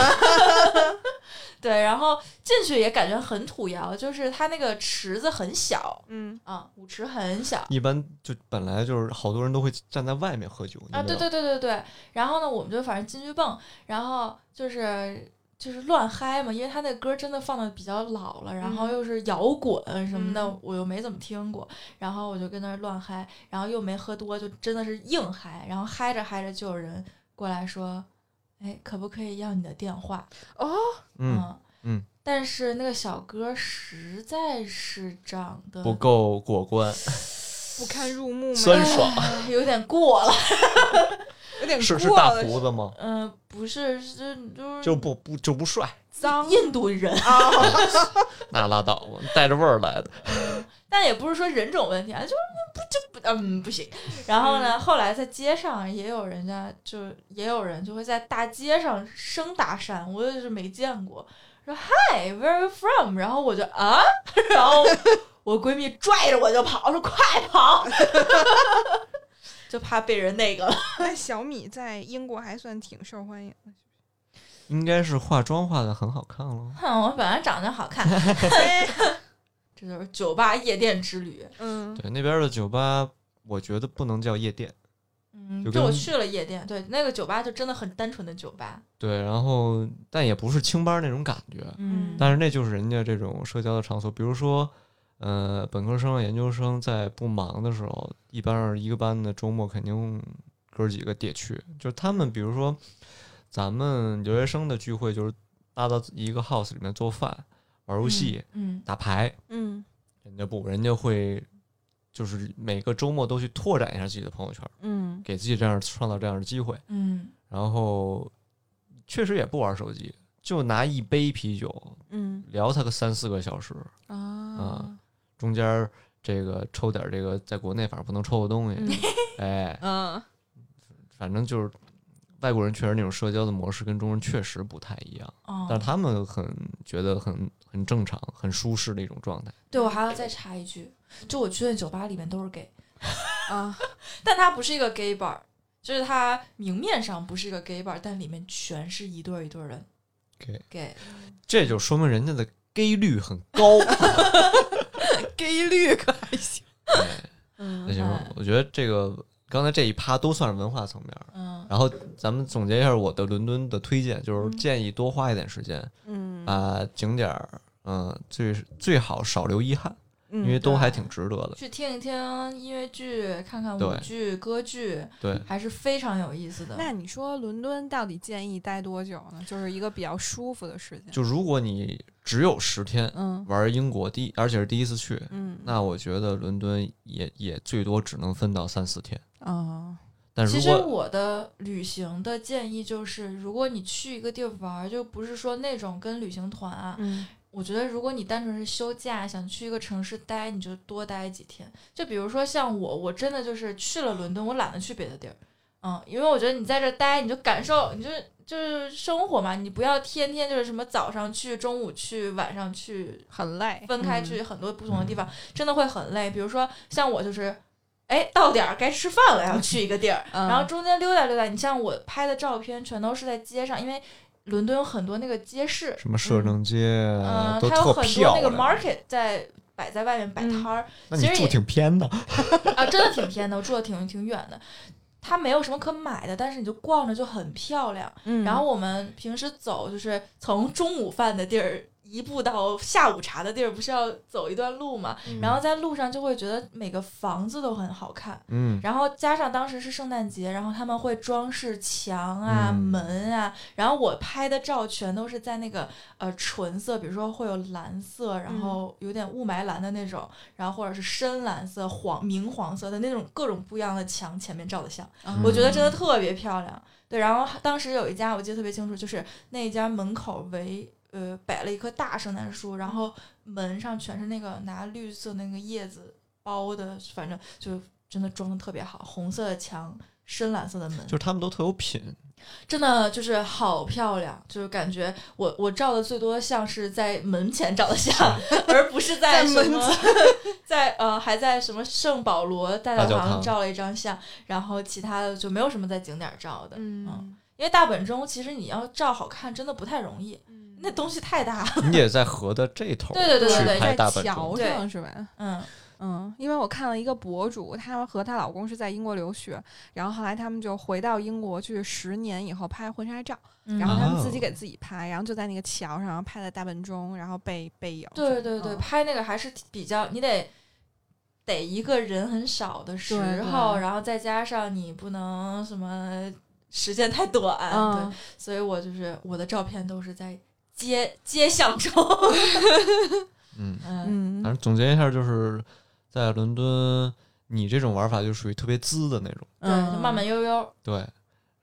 A: 对，然后进去也感觉很土窑，就是它那个池子很小
C: 嗯，
A: 啊，舞池很小。
B: 一般就本来就是好多人都会站在外面喝酒
A: 啊，对，对对对对。然后呢，我们就反正进去蹦，然后就是就是乱嗨嘛，因为他那歌真的放的比较老了，然后
C: 嗯
A: 又是摇滚什么的，
C: 嗯
A: 我又没怎么听过，然后我就跟那儿乱嗨，然后又没喝多，就真的是硬嗨，然后嗨着嗨着就有人过来说，哎，可不可以要你的电话？
C: 哦，
B: 你知道吗
A: 嗯
B: 嗯
A: 但是那个小哥实在是长得
B: 嗯，不够过关，
C: 不堪入目吗？
B: 酸爽，
A: 哎有点过了，
C: 有点
B: 是是嗯
C: 过
B: 大
C: 了
B: 胡子吗？
A: 嗯、不是，是就是
B: 就不不就不帅，
A: [laughs]
C: 脏
A: 印度人，
C: 啊，
B: [laughs] 那拉倒吧，带着味儿来的。
A: 但也不是说人种问题啊，就是不就不嗯不行。然后呢，后来在街上也有人家就也有人就会在大街上生搭讪，我也是没见过。说 Hi, where are you from？然后我就啊， [laughs] 然后我闺蜜拽着我就跑，说快跑， [laughs] 就怕被人那个了。
C: 那小米在英国还算挺受欢迎的。
B: 应该是化妆化的很好看了。
A: 哼，我本来长得好看， [laughs] 这就是酒吧夜店之旅。
C: 嗯，
B: 对，那边的酒吧，我觉得不能叫夜店。
A: 嗯，
B: 就
A: 就我
B: 跟
A: 去了夜店，对那个酒吧就真的很单纯的酒吧。
B: 对，然后但也不是清吧那种感觉，
A: 嗯，
B: 但是那就是人家这种社交的场所，比如说，呃，本科生、研究生在不忙的时候，一般是一个班的周末肯定哥儿几个得去，就是他们，比如说咱们留学生的聚会，就是搭到一个 house 里面做饭、玩游戏、
A: 嗯，嗯
B: 打牌，
C: 嗯
B: 人家不，人家会就是每个周末都去拓展一下自己的朋友圈，
C: 嗯
B: 给自己这样创造这样的机会。
A: 嗯
B: 然后确实也不玩手机，就拿一杯啤酒
C: 嗯
B: 聊他个三四个小时，
C: 啊
B: 中间儿这个抽点儿这个在国内反正不能抽的东西，
C: 嗯
B: [laughs] 哎，
C: 嗯
B: 反正就是外国人确实那种社交的模式跟中国人确实不太一样，
A: 哦，
B: 但是他们很觉得很很正常、很舒适的一种状态。
A: 对我还要再插一句，就我去的酒吧里面都是 gay，
C: 啊，
A: 但它不是一个 gay bar，就是它明面上不是一个 gay bar，但里面全是一对儿一对儿人
B: gay
A: gay
B: 这就说明人家的 gay 率很高。
C: 给绿可还行。
B: 哎那
C: 嗯
B: 行
A: 哎，
B: 我觉得这个刚才这一趴都算是文化层面儿。
A: 嗯，
B: 然后咱们总结一下我的伦敦的推荐，就是
A: 嗯
B: 建议多花一点时间，
C: 嗯
B: 把景点儿，嗯，最最好少留遗憾，因为
C: 嗯
B: 都还
A: 对
B: 挺值得的。
A: 去听一听音乐剧，看看舞
B: 对
A: 剧、歌剧，
B: 对，
A: 还是非常有意思的。
C: 那你说伦敦到底建议待多久呢？就是一个比较舒服的时间。
B: 就如果你只有十天
C: 嗯
B: 玩英国第，而且是第一次去，
C: 嗯，
B: 那我觉得伦敦也也最多只能分到三四天。
C: 啊
B: 但
A: 其
B: 如
A: 实
B: 果
A: 我的旅行的建议就是，如果你去一个地儿玩儿，就不是说那种跟旅行团啊，
C: 嗯
A: 我觉得，如果你单纯是休假，想去一个城市待，你就多待几天。就比如说像我，我真的就是去了伦敦，我懒得去别的地儿，嗯，因为我觉得你在这儿待，你就感受，你就就是生活嘛，你不要天天就是什么早上去、中午去、晚上去，
C: 很累，嗯
A: 分开去很多不同的地方，真的会很累。比如说像我就是，哎，到点儿该吃饭了，要去一个地儿，
C: 嗯，
A: 然后中间溜达溜达。你像我拍的照片，全都是在街上，因为伦敦有很多那个街市，
B: 什么摄政街啊
A: 嗯，
B: 呃都
A: 它有
B: 特
A: 很多
B: 漂
A: 那个
B: 亮，嗯
A: market 在摆在外面摆摊儿、
B: 那
A: 其
B: 你
A: 实
B: 住
A: 也
B: 挺偏的。
A: 啊，真的挺偏的，我住的挺挺远的。它没有什么可买的，但是你就逛着就很漂亮。
C: 嗯
A: 然后我们平时走就是从中午饭的地儿一步到下午茶的地儿，不是要走一段路嘛？嗯
B: 嗯
A: 然后在路上就会觉得每个房子都很好看。
B: 嗯，
A: 然后加上当时是圣诞节，然后他们会装饰墙啊、
B: 嗯
A: 门啊，然后我拍的照全都是在那个呃纯色，比如说会有蓝色，然后有点雾霾蓝的那种，然后或者是深蓝色、黄明黄色的那种各种不一样的墙前面照的相，
C: 嗯
A: 我觉得真的特别漂亮。对，然后当时有一家我记得特别清楚，就是那一家门口围。呃，摆了一棵大圣诞树，然后门上全是那个拿绿色那个叶子包的，反正就真的装的特别好，红色的墙，深蓝色的门
B: 就，是他们都特有品，
A: 真的就是好漂亮，就是感觉我我照的最多像是在门前照的相， [laughs] 而不是在
C: 在
A: 什
C: 门
A: 么 [laughs] 在呃还在什么圣保罗大
B: 大
A: 教
B: 教
A: 堂
B: 堂
A: 照了一张相，然后其他的就没有什么在景点儿照的，
C: 嗯，
A: 因为大本钟其实你要照好看真的不太容易，嗯
C: 嗯
A: 那东西太大了，
B: 你也在河的这头
A: 对对对对
B: 去
A: 对
B: 拍
C: 在
B: 大本
C: 桥
B: 钟，
A: 对
C: 上是吧？
A: 嗯
C: 嗯，因为我看了一个博主，她和她老公是在英国留学，然后后来他们就回到英国去十年以后拍婚纱照，
A: 嗯，
C: 然后他们自己
B: 哦
C: 给自己拍，然后就在那个桥上，然后拍的大笨钟，然后背背影什么
A: 对
C: 的。
A: 对对，
C: 嗯
A: 拍那个还是比较，你得得一个人很少的时
C: 对
A: 候，
C: 对
A: 然后再加上你不能什么时间太短，
C: 嗯
A: 对，，所以我就是我的照片都是在街街巷
C: [laughs]
A: 中，
B: 嗯，
A: 嗯，
C: 嗯
B: 反正总结一下就是，在伦敦，你这种玩法就属于特别滋的那种，
A: 对，就
C: 嗯
A: 慢慢悠悠，
B: 对。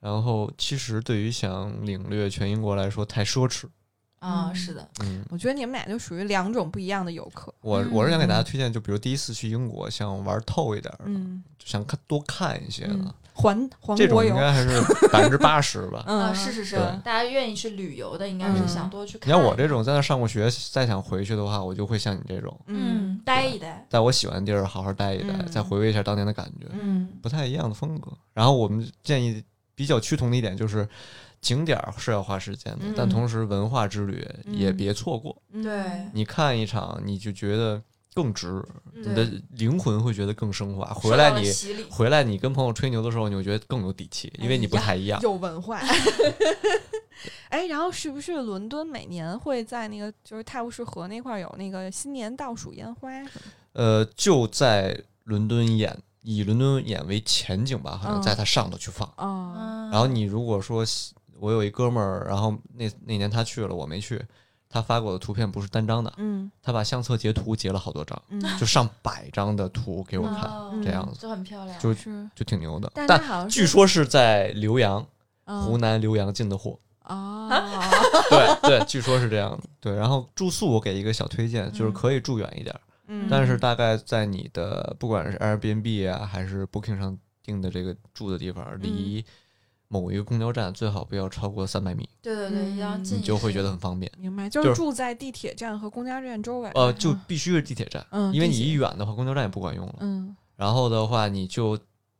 B: 然后其实对于想领略全英国来说太奢侈，
A: 啊，
C: 嗯
A: 是的，
B: 嗯，
C: 我觉得你们俩就属于两种不一样的游客。
B: 我
A: 嗯
B: 我是想给大家推荐，就比如第一次去英国，想玩透一点儿的，
C: 嗯，
B: 就想看多看一些的，
C: 嗯环环
B: 这
C: 国
B: 种应
C: 游，
B: 该还是百分之八十吧。
A: 啊，
C: [laughs] 嗯，
A: 是是是
B: 对，
A: 大家愿意去旅游的，应该是
C: 嗯
A: 想多去
B: 你
A: 看。
B: 像我这，种在那上过学，再想回去的话，我就会像你这种，
C: 嗯
A: 嗯，待一待，
B: 在我喜欢的地儿好好待一待，
C: 嗯
B: 再回味一下当年的感觉，
A: 嗯
B: 不太一样的风格。然后我们建议比较趋同的一点就是，景点儿是要花时间的，
C: 嗯
B: 但同时文化之旅也
C: 嗯
B: 别错过。
C: 嗯
A: 对
B: 你看一场，你就觉得更值，
C: 嗯
B: 你的
A: 对，
B: 灵魂会觉得更升华。
A: 受
B: 回来
A: 到了
B: 你
A: 洗礼，
B: 回来你跟朋友吹牛的时候，你会觉得更有底气，
C: 哎
B: 因为你不太一样。
C: 有文化。 [laughs] 哎，然后是不是伦敦每年会在那个就是泰晤士河那块儿有那个新年倒数烟花什么
B: 呃，就在伦敦眼，以伦敦眼为前景吧，好像
C: 嗯
B: 在它上头去放。
C: 的？哦，
A: 嗯
B: 然后你如果说喜，我有一哥们儿，然后那那年他去了，我没去，他发给我的图片不是单张的，
C: 嗯
B: 他把相册截图截了好多张，
C: [laughs] 嗯，，
B: 就上百张的图给我看，
A: 哦
B: 这样子
A: 就很漂亮，
B: 就是就挺牛的。
C: 但
B: 嗯但
C: 是好像嗯
B: 据说是在浏阳，湖
C: 湖
B: 南浏阳进的货，
C: [laughs] 哦，
B: 对对，据说是这样的。对，然后住宿我给一个小推荐，就是
C: 嗯
B: 可以住远一点儿，
C: 嗯
B: [laughs] 但是大概在你的不管是 Airbnb 啊还是 Booking 上定的这个住的地方，离
C: 嗯
B: 某一个公交站最好不要超过三百米，
A: 对对对，一定要
C: 嗯
A: 近
B: 你
A: 一
B: 就会觉
A: 些
B: 得很方便。
C: 明白，就
B: 就是是
C: 住在地铁站和公交站周围。
B: 呃，就必须是地铁站，
C: 嗯
B: 因为
C: 地
B: 你一
C: 铁
B: 远的话，公交站也不管用了。
C: 嗯
B: 然后的话，你就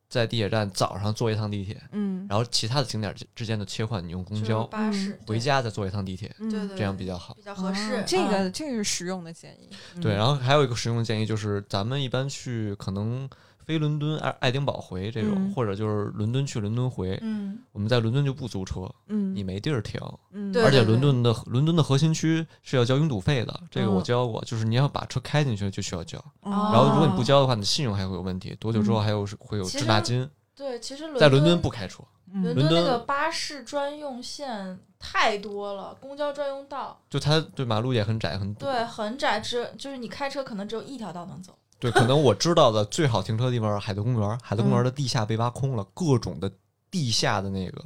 B: 在地铁站早上坐一趟地铁，
C: 嗯，
B: 然后其他的景点之之间的切换，你用公
A: 就是
B: 交
A: 巴士
B: 回
A: 对
B: 家再坐一趟地铁，
C: 嗯
A: 对对
B: 这样比较好。
A: 比较合适。
C: 哦这
A: 嗯
C: 个这个是实用的建议。
B: 对，
C: 嗯
B: 然后还有一个实用的建议就是，咱们一般去可能飞伦敦、爱爱丁堡回这种，
C: 嗯
B: 或者就是伦敦去伦敦回，
A: 嗯，
B: 我们在伦敦就不租车，
C: 嗯，
B: 你没地儿停，
C: 嗯
A: 对
B: 而且
A: 对
B: 伦敦的伦敦的核心区是要交拥堵费的，这个我
C: 嗯
B: 教过，就是你要把车开进去就需要交，
C: 哦
A: 然
B: 然后如果你不交的话，你的信用还会有问题，多久之后
C: 嗯
B: 还有是会有
A: 其
B: 滞纳
A: 实
B: 金，
A: 对，其实伦
B: 在伦敦不，开车，
C: 嗯
A: 伦
B: 伦
A: 敦那
B: 敦
A: 个巴士专用线太多了，公交专用道，
B: 就它对马路也很窄很堵，
A: 对，很窄，只就是你开车可能只有一条道能走。
B: 对，可能我知道的最好停车的地方是海德公园，海德公
C: 嗯
B: 园的地下被挖空了，各种的地下的那个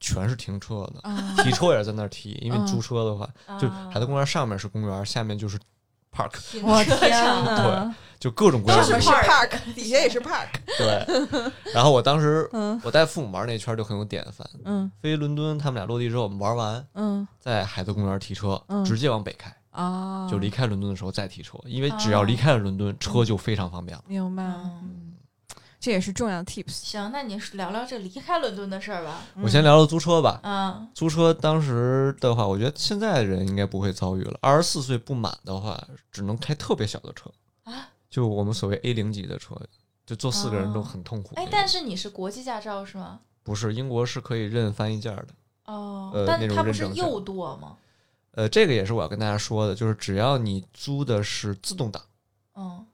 B: 全是停车的。
C: 啊
B: 提车也是在那儿提，因为
C: 嗯
B: 你租车的话，就
A: 啊
B: 海德公园上面是公园，下面就是 park，
A: 停
C: [laughs] 我
A: 车
C: 天
A: 场
C: 啊 [laughs] 呐，
B: 就各种各样
C: 上
A: 上面是
B: 的
C: 面是
B: 地
C: park，底下也是 park。
B: 对。
A: [laughs]
B: 然后我当时
C: 嗯
B: 我带父母玩那圈就很有典范，
C: 嗯
B: 飞伦敦他们俩落地之后，我们玩完
C: 嗯
B: 在海德公园提车
C: 嗯，
B: 直接往北开，
C: 啊，
A: 嗯
B: 就离开伦敦的时候再提车，因
A: 啊
B: 为只要离开了伦敦，车就非常方便了。
C: 明白了。
A: 嗯
C: 这也是重要 tips。
A: 行，那你聊聊这离开伦敦的事儿吧。
B: 我先聊聊租车吧。
A: 嗯，
B: 租车当时的话，我觉得现在的人应该不会遭遇了。二十四岁不满的话，只能开特别小的车
A: 啊，
B: 就我们所谓 A 零级的车，就坐四个人都
A: 哦
B: 很痛苦那
A: 哎
B: 种。，
A: 但是你是国际驾照是吗？
B: 不是英国是可以认翻译件儿的。
A: 哦
B: 呃，
A: 但
B: 那种
A: 它不
B: 认
A: 是
B: 证下
A: 右舵吗？
B: 呃，这个也是我要跟大家说的，就是只要你租的是自动挡，
A: 嗯，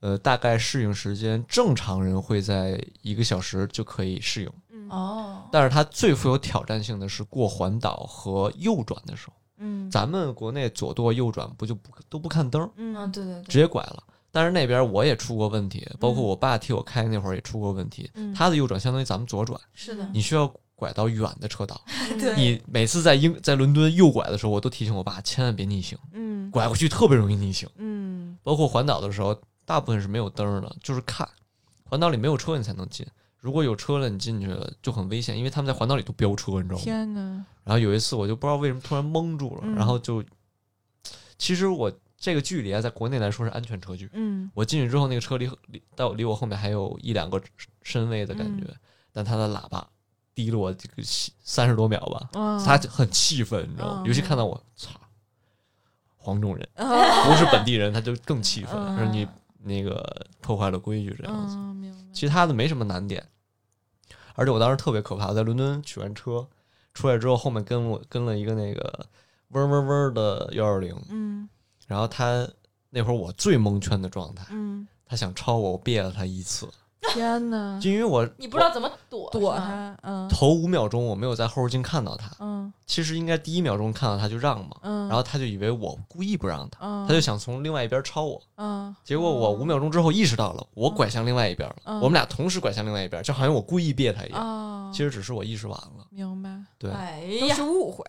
B: 呃，大概适应时间正常人会在一个小时就可以适应，
C: 嗯
A: 哦，
B: 但是它最富有挑战性的是过环岛和右转的时候。
C: 嗯
B: 咱们国内左舵右转不就不都不看灯儿？
A: 嗯，
C: 嗯
A: 对对
B: 直
A: 对，
B: 接拐了。但是那边我也出过问题，包括我爸替我开那会儿也出过问题。
C: 嗯
B: 他的右转相当于咱们左转，
A: 是的，
B: 你需要拐到远的车道。
C: 嗯
A: 对
B: 你每次在英在伦敦右拐的时候，我都提醒我爸千万别逆行，
C: 嗯
B: 拐过去特别容易逆行。
C: 嗯
B: 包括环岛的时候，大部分是没有灯儿的，就是看环岛里没有车你才能进。如果有车了，你进去了就很危险，因为他们在环岛里都飙车，你知道吗？
C: 天哪，
B: 然后有一次我就不知道为什么突然懵住了，
C: 嗯
B: 然后就，其实我这个距离啊，在国内来说是安全车距，
C: 嗯
B: 我进去之后，那个车离离到离我后面还有一两个身位的感觉，
C: 嗯
B: 但它的喇叭低了我这个三十多秒吧，
C: 啊，
B: 他就很气愤，你知道吗？
C: 嗯
B: 尤其看到我，操，黄种人
C: 啊
B: 不是本地人，他就更气愤，
C: 嗯
B: 说你那个破坏了规 [laughs] 矩这样子。
C: 嗯，明白。
B: 其他的没什么难点，而且我当时特别可怕，我在伦敦取完车出来之后，后面跟我跟了一个那个嗡嗡嗡的幺二零，
C: 嗯
B: 然后他那会儿我最蒙圈的状态，
C: [laughs] 嗯，
B: 他想超我，我别了他一次，
C: 天哪，
B: 就因为我
A: 你不知道怎么躲
C: 躲
A: 是吗
C: [laughs] 他，嗯
B: 头五秒钟我没有在后视镜看到他，
C: 嗯
B: 其实应该第一秒钟看到他就让嘛，
C: 嗯，
B: 然后他就以为我故意不让他，
C: 嗯，
B: 他就想从另外一边超我，
C: 嗯，
B: 结果我
C: 哦
B: 五秒钟之后意识到了，我拐向另外一边了，
C: 嗯
B: 我们俩同时拐向另外一边，就好像我故意别他一样，
C: 哦，
B: 其实只是我意识晚了。
C: 明白，
B: 对
A: 哎
C: 都
A: 呀，
C: 是误会，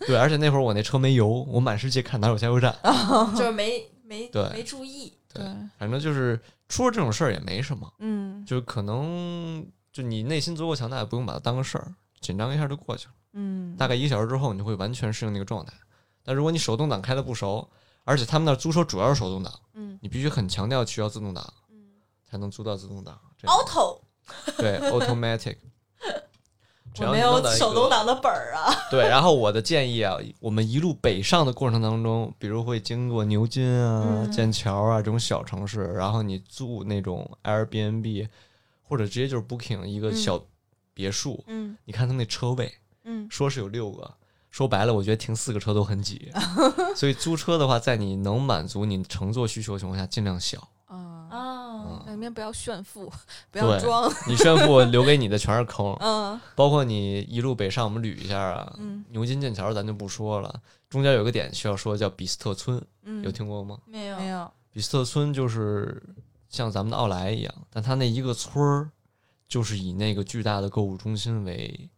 B: 对，而且那会儿我那车没油，我满世界看哪有加油站，
A: 嗯就是没没
B: 对
A: 没注意，
B: 对，反正就是出了这种事儿也没什么，
C: 嗯
B: 就可能就你内心足够强大，也不用把它当个事儿，紧张一下就过去了。
C: 嗯，
B: 大概一个小时之后，你就会完全适应那个状态。但如果你手动挡开的不熟，而且他们那儿租车主要是手动挡，
C: 嗯
B: 你必须很强调需要自动挡
C: 嗯，
B: 才能租到自动挡。这
A: 哦
B: 样
A: auto， [laughs]
B: 对 automatic，
A: 我
B: 只要
A: 没
B: 你弄
A: 有
B: 到一
A: 手
B: 个
A: 动。挡的本儿啊， [laughs]
B: [laughs] 对，然后我的建议啊，我们一路北上的过程当中，比如会经过牛津啊、
C: 嗯
B: 剑桥啊这种小城市，然后你住那种 Airbnb，或者直接就是 Booking 一个
C: 嗯
B: 小别墅，
C: 嗯
B: 你看他那车位，
C: 嗯
B: 说是有六个，说白了，我觉得停四个车都很
C: [laughs]
B: 挤。所以租车的话，在你能满足你乘坐需求的情况下，尽量小。嗯
C: 啊，
A: 啊，
C: 那里面不要
B: [laughs]
C: 炫富，
B: 对
C: 不要 [laughs] 装，
B: 你炫富留给你的全是坑，
C: 嗯
B: 包括你一路北上，我们捋一下啊。
C: 嗯
B: 牛津、剑桥咱就不说了，中间有个点需要说，叫比斯特村，
C: 嗯，
B: 有听过吗？
A: 没有
C: 没有？
B: 比斯特村就是像咱们的奥莱一样，但它那一个村儿就是以那个巨大的购物中心为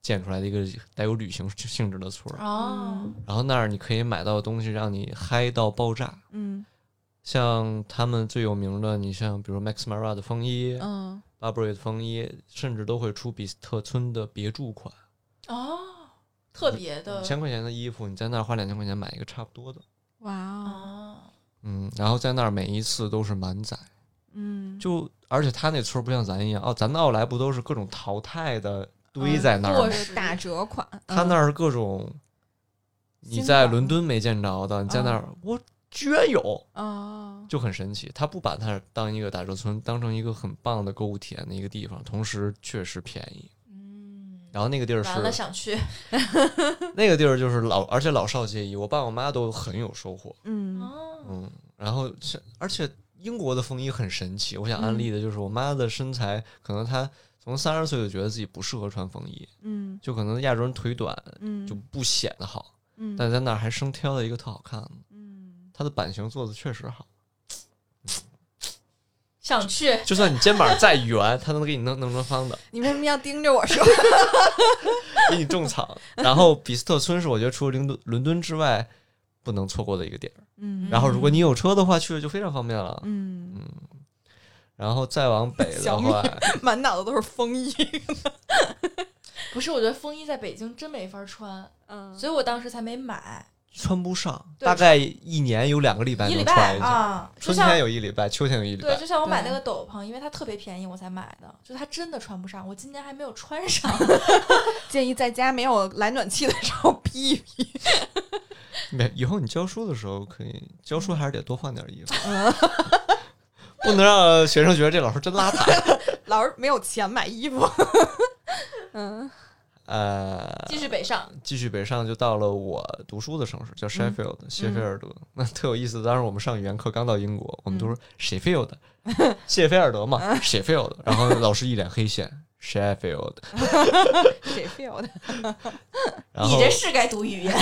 B: 建出来的一个带有旅行性质的村儿。
C: 嗯
A: 哦，
B: 然后那儿你可以买到的东西，让你嗨到爆炸。
C: 嗯
B: 像他们最有名的，你像比如 Max Mara 的风衣、
C: 嗯
B: Burberry 的风衣，甚至都会出比斯特村的别住款，
A: 哦，特别的
B: 五千块钱的衣服，你在那儿花两千块钱买一个差不多的。
C: 哇哦，
A: 啊，
B: 嗯，然后在那儿每一次都是满载，
C: 嗯，
B: 就而且他那村儿不像咱一样哦，咱们的奥莱不都是各种淘汰的堆
A: 嗯
B: 在那儿
A: 过
B: 吗？
A: 时
C: 打折款，
B: 他
C: 嗯
B: 那儿是各种你
C: 新
B: 在
C: 款
B: 伦
C: 吗
B: 敦没见着的，你在那儿
A: 嗯
C: 哦
B: 我居然有，
C: 哦，
B: 就很神奇。他不把它当一个打折村，当成一个很棒的购物体验的一个地方，同时确实便宜。
A: 嗯，
B: 然后那个地儿
A: 完了
B: 是
A: 想去，
B: 那个地儿就是老，而且老少皆宜，我爸我妈都很有收获。
C: 嗯
A: 哦，
B: 嗯，然后是而且英国的风衣很神奇，我想安利的就是我妈的身材，可能她从三十岁就觉得自己不适合穿风衣，
C: 嗯
B: 就可能亚洲人腿短
C: 嗯，
B: 就不显得好，
C: 嗯
B: 但在那儿还生挑了一个特好看的，
C: 嗯
B: 它的版型做的确实好。
A: 想去，
B: 就算你肩膀再圆，它能给你弄弄成方的。
C: 你为什么要盯着我
B: [laughs]
C: 说？
B: 给你种
C: [laughs]
B: 草。然后比斯特村是我觉得除了伦敦伦敦之外不能错过的一个点儿。
C: 嗯
B: 然后如果你有车的话，去了就非常方便了。
C: 嗯，
B: 嗯，然后再往北的话，
C: 满脑子都是风衣，
A: 不是，我觉得风衣在北京真没法穿，
C: 嗯
A: 所以我当时才没买，
B: 穿不上，
A: 对
B: 大概一年有两个礼拜
A: 一礼
B: 能穿
A: 拜
B: 一下。
A: 啊，就
B: 春
A: 像
B: 天有一礼拜，秋天有一礼
A: 对，
B: 拜。
A: 就像我买那
C: 对
A: 个斗篷，因为它特别便宜，我才买的，就它真的穿不上，我今年还没有穿
B: [laughs]
A: 上。
C: 建议在家没有来暖气的时候 [laughs] 披一披。
B: 没以后你教书的时候可以，教书还是得多换点衣服，
A: 嗯
B: [laughs] 不能让学生觉得这老师真邋遢。 [laughs]
C: 老是没有钱买衣服。 [laughs] 嗯
B: 呃，
A: 继续北上，
B: 继续北上就到了我读书的城市，
A: 嗯
B: 叫 Sheffield、谢菲尔德。 [laughs] 那特有意思，当时我们上语言课刚到英国，我们都
A: 嗯
B: 说 Sheffield，、
A: [laughs]
B: 谢菲尔德嘛，Sheffield。然后老师一脸黑线 Sheffield，
C: 谁 feel 的？
B: 然
A: 你
B: 后
A: 这是该读
B: [laughs]
A: 语言，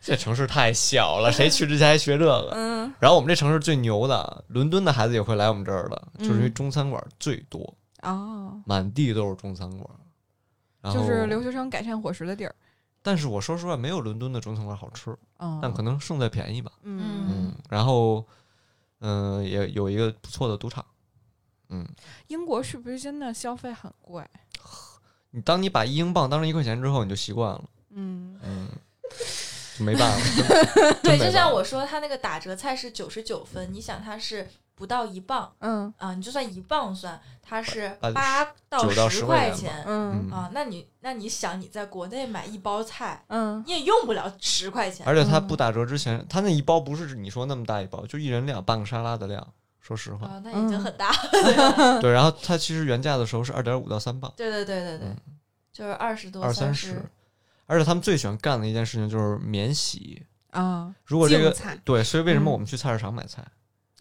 B: 这城市太小了，谁去之前还学这个？
C: 嗯
B: 然后我们这城市最牛的，伦敦的孩子也会来我们这儿的，就是因为
C: 嗯
B: 中餐馆最多，
C: 哦，
B: 满地都是中餐馆。然后
C: 就是留学生改善伙食的地儿。
B: 但是我说实话，没有伦敦的中餐馆好吃，
C: 嗯
B: 但可能胜在便宜吧。
C: 嗯
B: 嗯，然后嗯、呃也有一个不错的赌场，嗯，
C: 英国是不是真的消费很贵？
B: 你当你把一英镑当成一块钱之后，你就习惯了，
C: 嗯，
B: 嗯，就没办
C: [laughs]
B: 法。真
A: 对，
B: 没办
A: 就
B: 法
A: 像我说，它那个打折菜是九十九分，你想它是不到一磅
C: 嗯
A: 啊，你就算一磅算，它是
B: 八
A: 八到
B: 九到
A: 十
B: 10
A: 块
B: 块钱
A: 钱
C: 嗯
B: 嗯
A: 啊，那你那你想你在国内买一包菜，
C: 嗯，
A: 你也用不了十块钱，
B: 而且它
C: 嗯
B: 不打折之前，它那一包不是你说那么大一包，就一人两半个沙拉的量。说实话，
A: 啊，那
C: 嗯
A: 已经很大了。
C: [laughs]
A: 嗯
B: 对，然后它其实原价的时候是二点五到三磅，
A: 对对对对对，就是二十多
B: 嗯二
A: 三
B: 三十。而且他们最喜欢干的一件事情就是免洗。
C: 啊，
B: 如果这个
C: 竞菜
B: 对，所以为什么
C: 嗯
B: 我们去菜市场买菜、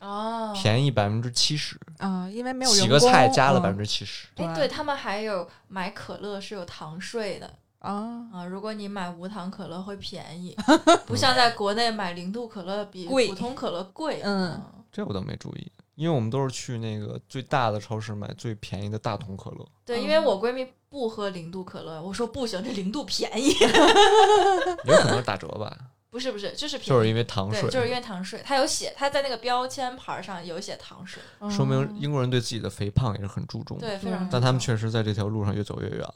A: 哦，
B: 便宜百分之七十，
C: 啊，因为没有
B: 洗
C: 人
B: 个菜
C: 工
B: 加了
C: 嗯
B: 百分之七十。
A: 哎，对
C: 对
A: 他们还有买可乐是有糖税的
C: 啊，
A: 啊，如果你买无糖可乐会便宜，
B: 嗯
A: 不像在国内买零度可乐比
C: 贵
A: 普通可乐贵。
C: 嗯
A: 啊，
B: 这我倒没注意，因为我们都是去那个最大的超市买最便宜的大桶可乐。
A: 对，因
C: 嗯
A: 为我闺蜜不喝零度可乐，我说不行，这零度便宜， [laughs]
B: 有可能是打折吧，
A: 不是不是，就是便宜，
B: 就是因为糖水，
A: 对，就是因为糖税，它有写，它在那个标签牌儿上有写糖税，
B: 说明
C: 嗯
B: 英国人对自己的肥胖也是很注重的。
A: 对，非常
C: 嗯
A: 重
B: 但他们
A: 要
B: 确实在这条路上越走越远了。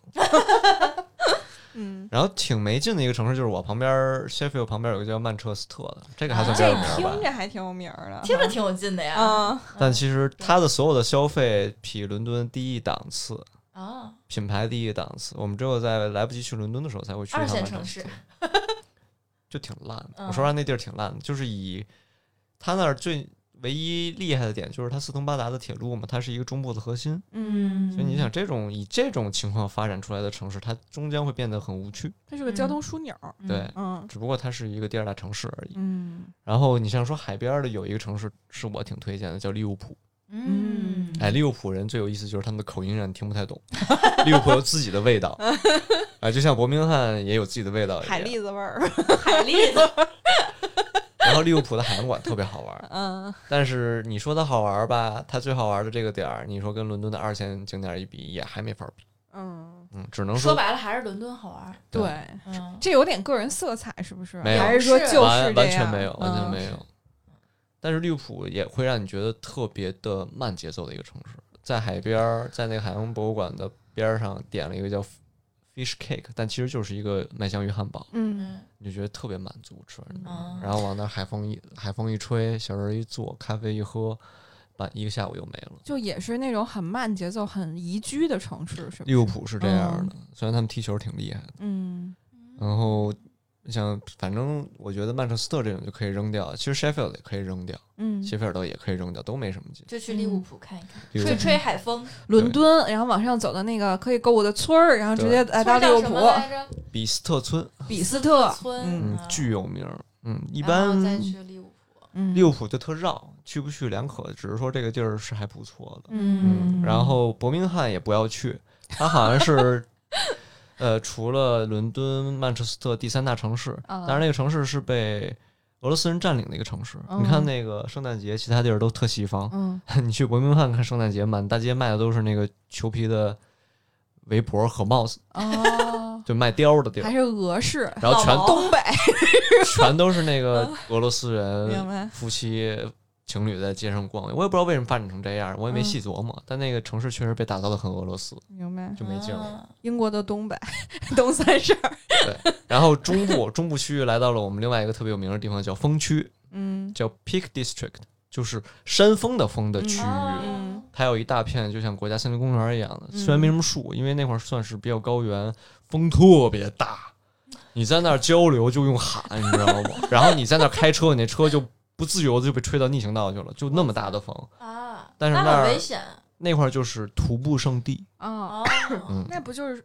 C: 嗯，
B: 然后挺没劲的一个城市就是我旁边儿 Sheffield 旁边有个叫曼彻斯特的，这个还
A: 啊
B: 算比
C: 这
B: 较
A: 边
B: 有名儿
C: 听
B: 吧。
C: 着还挺有名儿的，
A: 听着挺有劲的呀。嗯
C: 啊，
B: 但其实它的所有的消费比伦敦低一档次，
A: 啊，
B: 品牌低一档次。我们只有在来不及去伦敦的时候才会去一
A: 二
B: 趟
A: 线
B: 曼彻
A: 城
B: 斯
A: 市
B: 特， [laughs] 就挺烂的。
A: 嗯
B: 我说实话，那地儿挺烂的，就是以它那儿最唯一厉害的点就是它四通八达的铁路嘛，它是一个中部的核心。
C: 嗯，
B: 所以你想，这种以这种情况发展出来的城市，它终将会变得很无趣。
C: 它是个交通枢纽，
B: 对，
C: 嗯
B: 只不过它是一个第二大城市而已。
C: 嗯
B: 然后你像说海边儿的有一个城市是我挺推荐的，叫利物浦。
A: 嗯，
B: 哎，利物浦人最有意思就是他们的口音让你听不太懂， [laughs] 利物浦有自己的味
C: [laughs]
B: 道，啊，就像伯明翰也有自己的味道一
C: 海
B: 样。
C: 蛎子味儿，
A: 海蛎子，
B: 然后利物浦的海洋馆特别好玩儿，
C: 嗯
B: 但是你说它好玩儿吧，它最好玩儿的这个点儿，你说跟伦敦的二线景点儿一比，也还没法儿比。
C: 嗯，
B: 嗯，只 [laughs] 能
A: 说白了还是伦敦好玩儿。
B: 对
C: 对，
A: 嗯，
C: 这有点个人色彩，是不是？
B: 没有
C: 还是说就是这样
B: 完完全没有，完全
C: 嗯
B: 没有。但是利物浦也会让你觉得特别的慢节奏的一个城市，在海边儿，在那个海洋博物馆的边儿上点了一个叫 fish cake，但其实就是一个麦香鱼汉堡，
C: 嗯
A: 嗯
B: 你就觉得特别满足吃完之后，
C: 哦
A: 嗯
B: 然后往那儿海风一海风一吹，小人儿一坐，咖啡一喝，把一个下午又没了。
C: 就也是那种很慢节奏、很宜居的城市，是不是？
B: 利物浦是这样的，虽然他们踢球挺厉害的，
C: 嗯
B: 然后像反正我觉得曼彻斯特这种就可以扔掉，其实 Sheffield 也可以扔掉。
C: 嗯，
B: 谢菲尔德也可以扔掉，都没什么劲。
A: 就去利物浦看一看，
B: 比如
A: 吹吹海风。
C: 伦敦，然后往上走到那个可以购物的村儿，然后直接来哎到利
A: 村儿叫什
C: 物
A: 么来
C: 浦、
A: 着？
B: 比斯特村，
C: 比斯特，
A: 村，
C: 嗯
B: 嗯
A: 啊，
B: 巨有名儿。嗯，一
A: 然后
B: 般
A: 再去利物浦。
C: 嗯，
B: 利物浦就特绕，去不去两可，只是说这个地儿是还不错的。
C: 嗯，
B: 然后伯明翰也不要去，它好像
C: [laughs]
B: 是，呃，除了伦敦、曼彻斯特第三大城市，
C: 啊
B: 但是那个城市是被俄罗斯人占领的一个城市。你
C: 嗯
B: 看那个圣诞节，其他地儿都特西方，
C: 嗯
B: [laughs] 你去伯明翰看圣诞节，满大街卖的都是那个裘皮的围脖和帽子， [laughs]
C: 哦，
B: 就卖貂儿的地儿
C: 还。是俄式
B: 然后全
A: 老毛嗯
C: 东北，
B: 全都是那个俄罗斯
C: 嗯明
B: 人
C: 白？
B: 夫妻情侣在街上逛，我也不知道为什么发展成这样，我也
C: 嗯
B: 没细琢磨。但那个城市确实被打造的很俄罗斯，
C: 明白，
B: 就没劲了。
A: 啊
C: 英国的东北， [laughs] 东三省，
B: 然后中部中部区域来到了我们另外一个特别有名的地方，叫峰区，
C: 嗯
B: 叫 Peak District，就是山峰的峰的区
A: 啊
B: 域。
C: 嗯
B: 它有一大片，就像国家森林公园一样的，虽然没什么树，因为那块儿算是比较高原，风特别大。你在那儿交流就用喊，你知道吗？ [laughs] 然后你在那儿开车，你那车就不自由的就被吹到逆行道去了，就那么大的风。
A: 啊，
B: 但是
A: 那
B: 那
A: 很
B: 儿
A: 危险
B: 那块儿就是徒步圣地。
C: 哦，
A: 哦。
B: 嗯，
C: 那不就是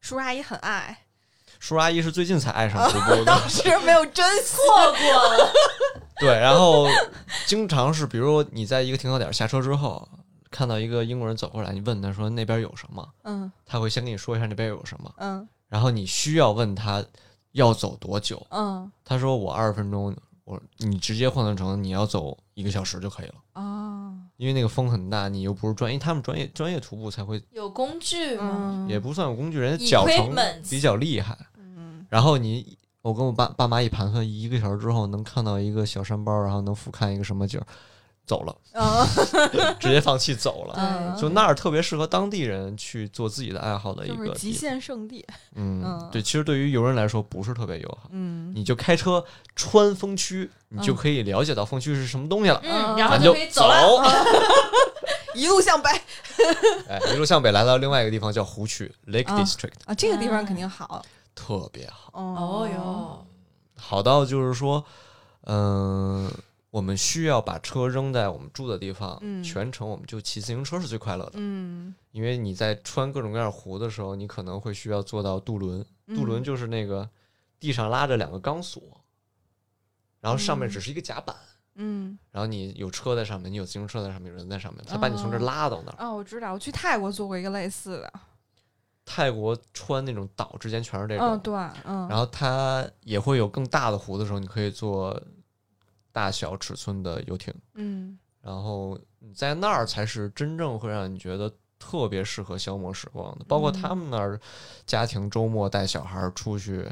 C: 叔叔阿姨很爱，
B: 叔叔阿姨是最近才爱上徒步的，
C: 当时没有珍惜，
A: 错过了，
B: 对。然后经常是，比如你在一个停靠点下车之后，看到一个英国人走过来，你问他说那边有什么，
C: 嗯
B: 他会先跟你说一下那边有什么，
C: 嗯
B: 然后你需要问他要走多久。
C: 嗯
B: 他说我二十分钟，我你直接换算成你要走一个小时就可以了。
C: 啊，
B: 因为那个风很大，你又不是专业，因为他们专业专业徒步才会，
A: 有工具吗？
C: 嗯
B: 也不算有工具，人家脚程
A: Equipment
B: 比较厉害，
C: 嗯
B: 然后你，我跟我爸爸妈一盘算，一个小时之后能看到一个小山包，然后能俯瞰一个什么景儿，走了，
C: 嗯
B: 直接放弃走了。
C: 嗯
B: 就那儿特别适合当地人去做自己的爱好的一
C: 就
B: 个
C: 是
B: 地
C: 极
B: 方，
C: 限圣地，
B: 嗯
C: 嗯，
B: 对，其实对于游人来说不是特别友好。
C: 嗯
B: 你就开车穿风区，你就
C: 嗯
B: 可以了解到风区是什么东西了，
A: 嗯，然后
B: 咱就
A: 可以走
B: 走。
A: 了。
C: 嗯一路向北
B: 哎，一路向北来到另外一个地方叫湖区 （Lake
C: 啊
B: District），、
C: 啊，这个地方肯定好
B: 特别好，
A: 哦，哟，
B: 嗯好到就是说，嗯、我们需要把车扔在我们住的地方，
C: 嗯
B: 全程我们就骑自行车是最快乐的，
C: 嗯，
B: 因为你在穿各种各样的湖的时候，你可能会需要做到渡轮，
C: 嗯
B: 渡轮就是那个地上拉着两个钢索，然后上面只是一个甲板。
C: 嗯
B: 然后你有车在上面，你有自行车在上面，有人在上面，他把你从这儿
C: 哦
B: 拉到那儿。
C: 啊，我知道，我去泰国做过一个类似的，
B: 泰国穿那种岛之间全是这种，
C: 嗯，对，嗯，
B: 然后它也会有更大的湖的时候，你可以坐大小尺寸的游艇，
C: 嗯
B: 然后你在那儿才是真正会让你觉得特别适合消磨时光的。包括
C: 嗯
B: 他们那儿家庭周末带小孩儿出去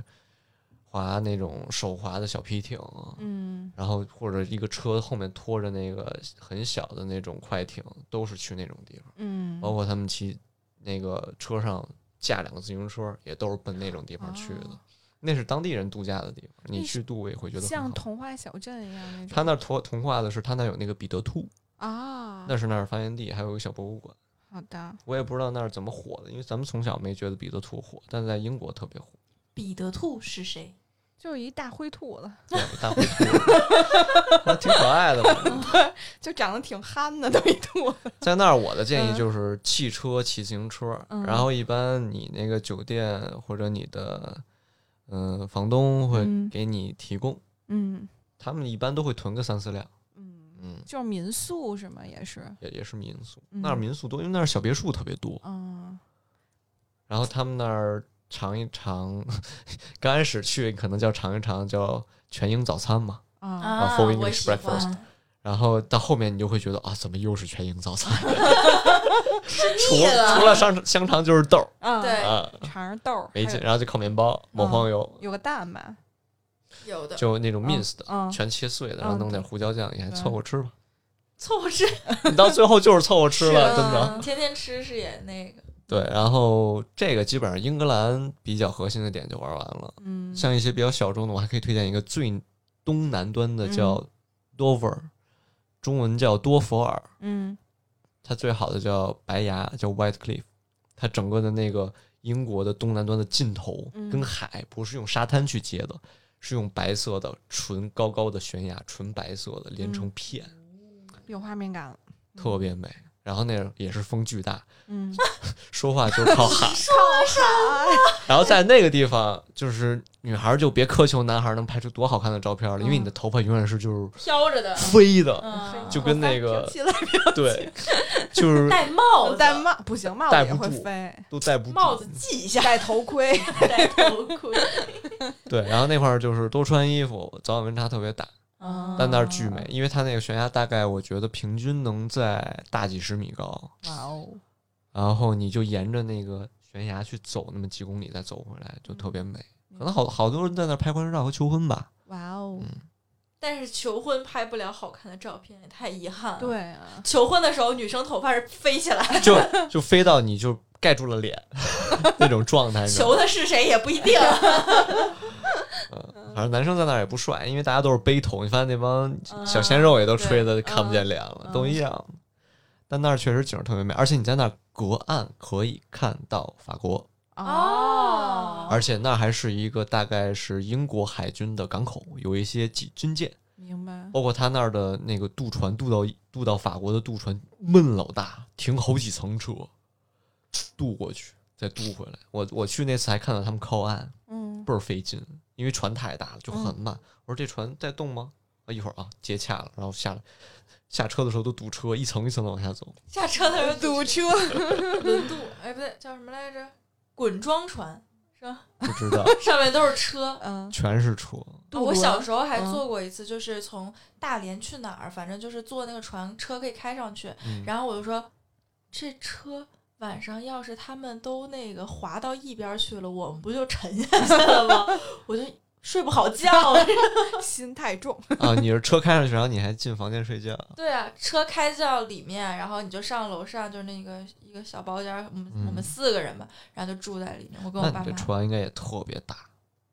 B: 划那种手划的小皮艇，
C: 嗯
B: 然后或者一个车后面拖着那个很小的那种快艇，都是去那种地方。
C: 嗯，
B: 包括他们骑那个车上架两个自行车，也都是奔那种地方去的。
C: 哦
B: 那是当地人度假的地方，
C: 那
B: 你
C: 是
B: 去度我也会觉得很
C: 像
B: 好。
C: 童话小镇一样那种。
B: 他那儿童童话的是，他那儿有那个彼得兔，
C: 啊，
B: 那是那儿发源地，还有一个小博物馆。
C: 好的，
B: 我也不知道那儿怎么火的，因为咱们从小没觉得彼得兔火，但在英国特别火。
A: 彼得兔是谁？
C: 就是一大灰兔子，
B: 对大灰
C: [laughs]
B: 兔，那挺可爱的嘛。
C: 就长得挺憨的，都一兔子。 [laughs]
B: 在那儿，我的建议
C: 嗯
B: 就是汽车、骑自行车，
C: 嗯
B: 然后一般你那个酒店或者你的嗯、呃房东会
C: 嗯
B: 给你提供。
C: 嗯
B: 他们一般都会囤个三四辆，
C: 嗯，
B: 嗯，
C: 就是民宿是吗？也是，
B: 也也是民宿，
C: 嗯
B: 那儿民宿多，因为那儿小别墅特别多。
C: 嗯
B: 然后他们那儿尝一尝， [laughs] 刚开始去可能叫尝一尝叫全英早餐嘛，
C: 啊，
A: 啊，
B: full
A: 我
B: English
A: 喜
B: breakfast
A: 欢。
B: 然后到后面你就会觉得啊，怎么又是全英早
C: [laughs]
B: 餐？ [laughs] 除
A: 腻了
B: 除了香香肠就是豆儿
C: 啊
A: 对
B: 啊，
C: 肠儿豆儿，
B: 没
C: 还
B: 劲，
C: 有
B: 然后就烤面包、抹黄油，
C: 有个蛋吧，
A: 有的
B: 就那种 mince 的，
C: 嗯，
B: 全切碎的，然后弄点胡椒酱，你还凑合吃吧。
A: 凑合吃
B: [laughs] 你到最后就是凑合 [laughs] 吃了，真
C: 啊
B: 的。
A: 嗯天天吃是也那个，
B: 对，然后这个基本上英格兰比较核心的点就玩完了。
C: 嗯，
B: 像一些比较小众的，我还可以推荐一个最东南端
C: 嗯
B: 的叫 Dover，、中文叫多佛尔，
C: 嗯
B: 它最好的叫白崖，叫 White Cliff。它整个的那个英国的东南端的尽头，
C: 嗯
B: 跟海不是用沙滩去接的，是用白色的纯高高的悬崖，纯白色的连成
C: 嗯
B: 片，
C: 有画面感了，
B: 特别美。然后那儿也是风巨大，
C: [laughs] 嗯，
B: 说话就是靠海。
C: 好
B: 然后在那个地方，就是女孩儿就别苛求男孩儿能拍出多好看的照片了，因为你的头发永远是就是
A: 飘着的，
B: 飞的，
A: 嗯，
B: 就跟那个
C: 起来 [laughs]
B: 对，就是
A: 戴帽子，
C: 戴帽不行，帽子
B: 戴
C: 也
B: 不
C: 会
B: 住
C: 飞，
B: 都戴不住。
A: 帽子系一下，
C: 戴头盔，
A: 戴头 [laughs] 盔。
B: 对，然后那块儿就是多穿衣服，早晚温差特别大，
A: 嗯
B: 但那儿巨美，因为它那个悬崖大概我觉得平均能在大几十米高，
C: [laughs] 哇哦，
B: 然后你就沿着那个悬崖去走那么几公里再走回来，就特别美。
A: 嗯
B: 可能好好多人在那儿拍婚纱照和求婚吧，
C: 哇哦，
B: 嗯
A: 但是求婚拍不了好看的照片，也太遗憾了。，
C: 对啊，
A: 求婚的时候女生头发是飞起来，
B: 就就飞到你就盖住了脸 [laughs] 那种状态，你知道吗
A: 求的是谁也不一定。
B: 嗯反正男生在那儿也不帅，因为大家都是背头，你发现那帮
A: 嗯
B: [laughs] 小鲜肉也都吹的
A: 对
B: 看不见脸了，
C: 嗯
B: 都一样。但那儿确实景儿特别美，而且你在那儿隔岸可以看到法国，
A: 哦
B: 而且那儿还是一个大概是英国海军的港口，有一些几军舰，
C: 明白，
B: 包括他那儿的那个渡船渡到渡到法国的渡船闷老大，停好几层车，渡过去再渡回来。我我去那次还看到他们靠岸，
C: 嗯，
B: 倍儿费劲，因为船太大了，就很
A: 嗯
B: 慢。我说这船在动吗？啊，一会儿啊，接洽了，然后下来，下车的时候都堵车，一层一层的往下走。
A: 下车的时候
C: 堵 [laughs] 车，
A: 轮渡，哎，不对，叫什么来着？滚装船是吧？
B: 不知
A: [laughs]
B: 道，
A: 上面都是 [laughs] 车。
C: 嗯，
B: 全是车。
A: 啊我小时候还
C: 嗯
A: 坐过一次，就是从大连去哪儿，反正就是坐那个船，车可以开上去。
B: 嗯，
A: 然后我就说，这车晚上要是他们都那个滑到一边儿去了，我们不就沉下去了吗？我就 [laughs] 睡不好觉了。 [laughs]
C: 心太重，
B: 啊！你是车开上去，然后你还进房间睡觉，
A: 对啊，车开到里面，然后你就上楼上，就是那个一个小包间儿，我们、我
B: 嗯
A: 们四个人吧，然后就住在里面。我跟
B: 那
A: 我爸
B: 你这
A: 妈
B: 船应该也特别大，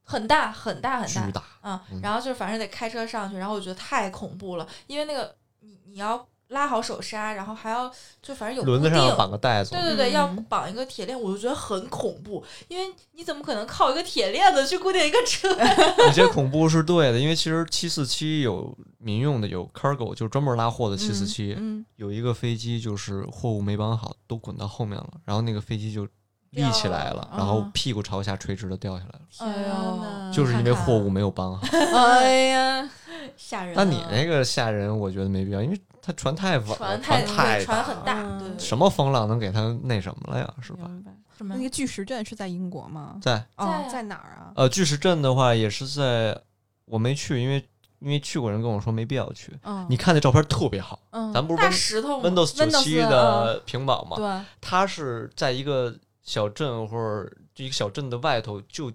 A: 很大很大很
B: 巨
A: 大，
B: 大。嗯
A: 嗯，然后就反正得开车上去，然后我觉得太恐怖了，因为那个你你要拉好手刹，然后还要就反正有
B: 轮子
A: 固
B: 上
A: 定
B: 绑个带子
A: 对，对对，要
C: 嗯
A: 绑一个铁链，我就觉得很恐怖，因为你怎么可能靠一个铁链子去固定一个车？
B: 你这恐怖是对的，因为其实七四七有民用的，有 cargo，就是专门拉货的七四七，
C: 嗯，
B: 有一个飞机就是货物没绑好，都滚到后面了，然后那个飞机就立起来
A: 掉
B: 了，
A: 了
B: 然后
A: 嗯
B: 屁股朝下垂直的掉下来了，
A: 哎呦
C: 嗯天哪
B: 就是因为
A: 看看
B: 货物没有绑好。
C: [laughs] 哎呀，
A: [laughs] 吓人啊！
B: 那你那个吓人，我觉得没必要，因为它船太稳了，
A: 船
B: 太
A: 太
B: 太
A: 船
B: 了
A: 很大，
C: 嗯
A: 对对对
B: 什么风浪能给它那什么了呀？是吧？
C: 明白。
A: 什么
C: 那个巨石阵是在英国吗？
B: 在
A: 在
C: 哦
A: 啊，
C: 在哪儿啊？
B: 呃巨石阵的话，也是在我没去，因为因为去过人跟我说没必要去。
C: 嗯，
B: 呃你看那照片特别好，
C: 嗯，
B: 咱不是
A: 大
B: Win-
A: 石头吗
B: Windows 九
C: Windows，
B: 七的屏保嘛，
C: 对，
B: 它是在一个小镇或者就一个小镇的外头，就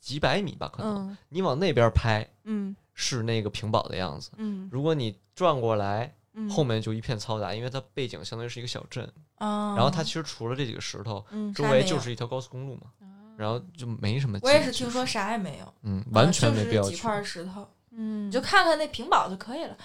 B: 几百米吧，可能、
C: 嗯
B: 你往那边拍
C: 嗯
B: 是那个屏保的样子，
C: 嗯
B: 如果你转过来，
C: 嗯，
B: 后面就一片嘈杂，因为它背景相当于是一个小镇，
A: 啊，
B: 然后它其实除了这几个石头，
C: 嗯
B: 周
A: 啥也
B: 围
A: 没
B: 就
A: 有
B: 是一条高速公路嘛，然后就没什么。
A: 我也是听说，啥也没有，
B: 嗯，完全没必要
A: 就是几
B: 去。
A: 块石头，
C: 嗯，
A: 你就看看那屏保就可以了。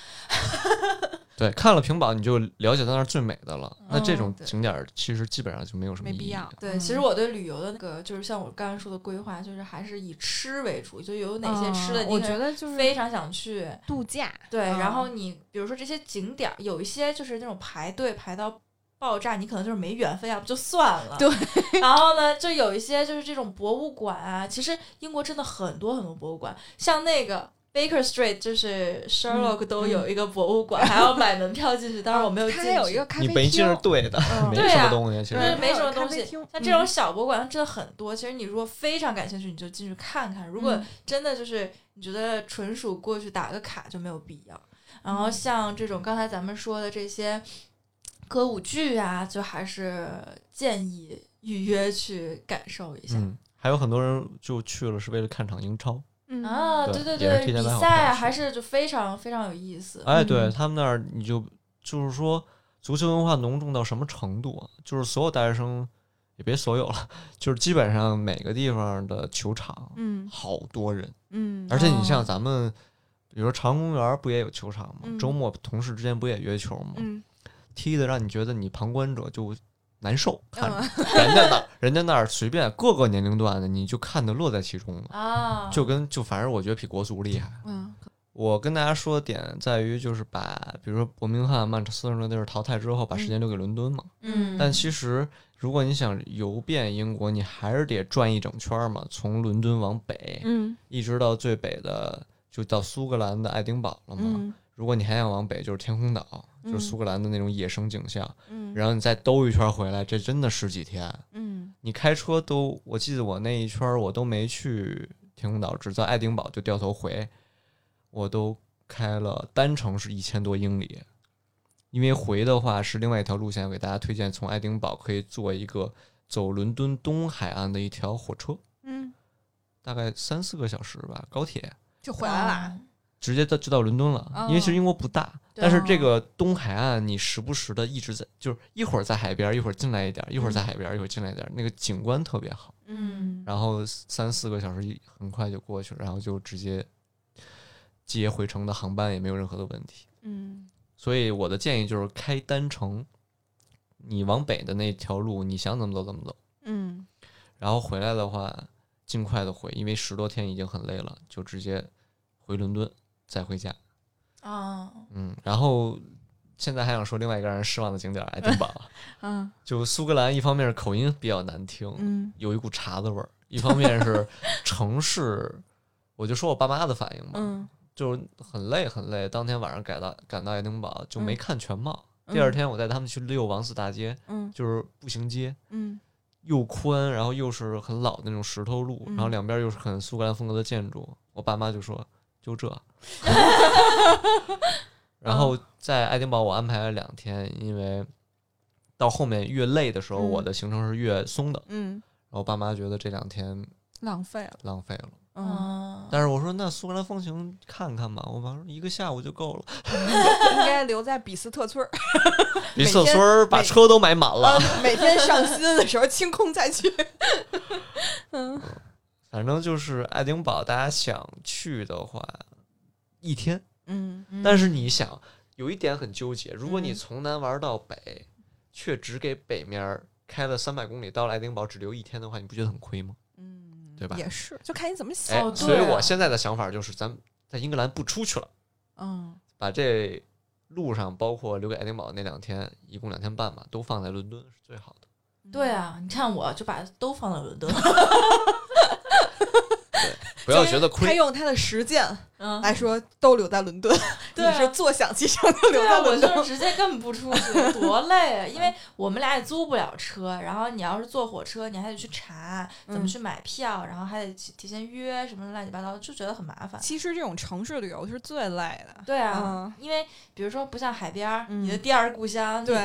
B: 对，看了屏保你就了解到那儿最美的了。那这种
A: 对
B: 景点儿其实基本上就没有什么
C: 没
B: 意
C: 必
B: 义
C: 要
B: 了。
A: 对，
C: 嗯
A: 其实我对旅游的那个，就是像我刚才说的规划，就是还是以吃为主，就有哪些吃的，
C: 嗯我觉得就是
A: 非常想去。
C: 度假，
A: 对，
C: 嗯
A: 然后你比如说这些景点儿，有一些就是那种排队排到爆炸，你可能就是没缘分，要不就算了。对。然后呢，就有一些就是这种博物馆啊，其实英国真的很多很多博物馆，像那个。Baker Street 就是 Sherlock 都有一个博物馆，还要买门票进去。当然我没有进
C: 嗯哦它
A: 去。
C: 还有一个咖
B: 你
C: 啡厅，
B: 没劲是对的，
C: 嗯
B: 没
A: 对
B: 什么
A: 啊
B: 东西。其
A: 就
C: 对
A: 是
B: 实
A: 没什么
C: 还有
A: 东
C: 咖啡
A: 西
C: 厅。嗯
A: 像这种小博物馆真的很多，其实你如果非常感兴趣，你就进去看看。如果
C: 嗯
A: 真的就是你觉得纯属过去打个卡就没有必要。然后
C: 嗯
A: 像这种刚才咱们说的这些歌舞剧啊，就还是建议预约去感受一下。
B: 嗯，还有很多人就去了是为了看场英超。
C: 嗯
A: 啊，
B: 对
A: 对对
B: 也是提
A: 对，
B: 前
A: 比
B: 买好
A: 赛
B: 票
A: 啊
B: 去
A: 还是就非常非常有意思。
B: 哎，对
C: 嗯
B: 他们那儿你就就是说足球文化浓重到什么程度啊？就是所有大学生也别所有了，就是基本上每个地方的球场
C: 嗯
B: 好多人，
C: 嗯，
B: 而且你像
A: 哦
B: 咱们，比如说长公园不也有球场吗？
C: 嗯
B: 周末同事之间不也约球吗？
C: 嗯
B: 踢的让你觉得你旁观者就难受，看着、
C: 嗯
B: [laughs] 人家那儿人家那儿随便各个年龄段的你就看得乐在其中了，
A: 啊，
B: 就跟就反正我觉得比国足厉害。
C: 嗯
B: 我跟大家说的点在于，就是把比如说伯明翰、曼彻斯特那地儿淘汰之后，把时间留给伦敦嘛。
A: 嗯，
B: 但其实如果你想游遍英国，你还是得转一整圈儿嘛，从伦敦往北，
C: 嗯
B: 一直到最北的就到苏格兰的爱丁堡了嘛。
C: 嗯
B: 如果你还想往北，就是天空岛，就是苏格兰的那种野生景象。
C: 嗯
B: 然后你再兜一圈儿回来，这真的十几天。
C: 嗯
B: 你开车都，我记得我那一圈儿我都没去天空岛，只在爱丁堡就掉头回，我都开了单程是一千多英里，因为回的话是另外一条路线，我给大家推荐从爱丁堡可以坐一个走伦敦东海岸的一条火车，
C: 嗯，
B: 大概三四个小时吧，高铁
C: 就回来了，
A: 嗯。
B: 直接到就到伦敦了，因为其实英国不大，
A: 对
B: 但是这个东海岸你时不时的一直在，就是一会儿在海边儿，一会儿进来一点儿，一会儿在海边儿，一会儿进来一点儿，那个景观特别好。
C: 嗯
B: 然后三四个小时一很快就过去了，然后就直接接回程的航班也没有任何的问题。
C: 嗯
B: 所以我的建议就是开单程，你往北的那条路你想怎么走怎么走，
C: 嗯
B: 然后回来的话尽快的回，因为十多天已经很累了，就直接回伦敦再回家。
A: 啊，
B: 嗯，然后现在还想说另外一个让人失望的景点儿爱丁堡，
C: 嗯
B: 啊 [laughs] 就苏格兰一方面是口音比较难听，
C: 嗯
B: 有一股碴子味儿。一方面
C: [laughs]
B: 是城市，我就说我爸妈的反应吧，
C: 嗯，
B: 就是很累很累。当天晚上赶到赶到爱丁堡就没看全貌。
C: 嗯
B: 第二天我带他们去遛王子大街，
C: 嗯
B: 就是步行街，
C: 嗯
B: 又宽，然后又是很老的那种石头路，
C: 嗯
B: 然后两边又是很苏格兰风格的建筑。我爸妈就说就
C: [laughs]
B: 这。然
C: 嗯
B: 后在爱丁堡我安排了两天，因为到后面越累的时候，
C: 嗯
B: 我的行程是越松的。
C: 嗯，
B: 然后我爸妈觉得这两天
C: 浪费了，
B: 浪费了，
C: 嗯，
A: 嗯，
B: 但是我说那苏格兰风情看看吧，我妈说一个下午就够了。
C: 应该留在比斯特村儿，
B: [laughs] 比
C: 每
B: 瑟
C: 天
B: 村儿把
C: 每
B: 车都买满了，
C: 每天上新的时候清空再去。
B: [laughs] 反正就是爱丁堡，大家想去的话，一天。
C: [laughs] 嗯
B: 但是你想，有一点很纠结，如果你
C: 嗯
B: 从南玩到北，却只给北面儿开了三百公里，到了爱丁堡只留一天的话，你不觉得很亏吗？
C: 嗯，
B: 对吧
C: 也是，就看你怎么想。
B: 哎，
A: 哦
B: 所以
A: 对
B: 我现在的想法就是，咱们在英格兰不出去了，
C: 嗯
B: 把这路上包括留给爱丁堡那两天，一共两天半吧，都放在伦敦是最好的。
A: 对啊，你看我就把都放到伦敦，
B: [laughs] 不要觉得
C: 他
B: 亏，
C: 用他的实践
A: 嗯，
C: 来说，都留在伦敦。
A: 对啊
C: 你是坐享其成 [laughs] 就留
A: 对啊，
C: 在
A: 我
C: 伦
A: 就
C: 敦。
A: 是直接根本不出去，多累啊！因
C: [laughs]
A: 为我们俩也租不了车，然后你要是坐火车，你还得去查怎么
C: 嗯
A: 去买票，然后还得去提前约什么乱七八糟的，就觉得很麻
C: [laughs]
A: 烦。
C: 其实这种城市旅游是最累的。
A: 对啊
C: 嗯，
A: 因为比如说不像海边儿，
C: 嗯
A: 你的第二故乡，
C: 对，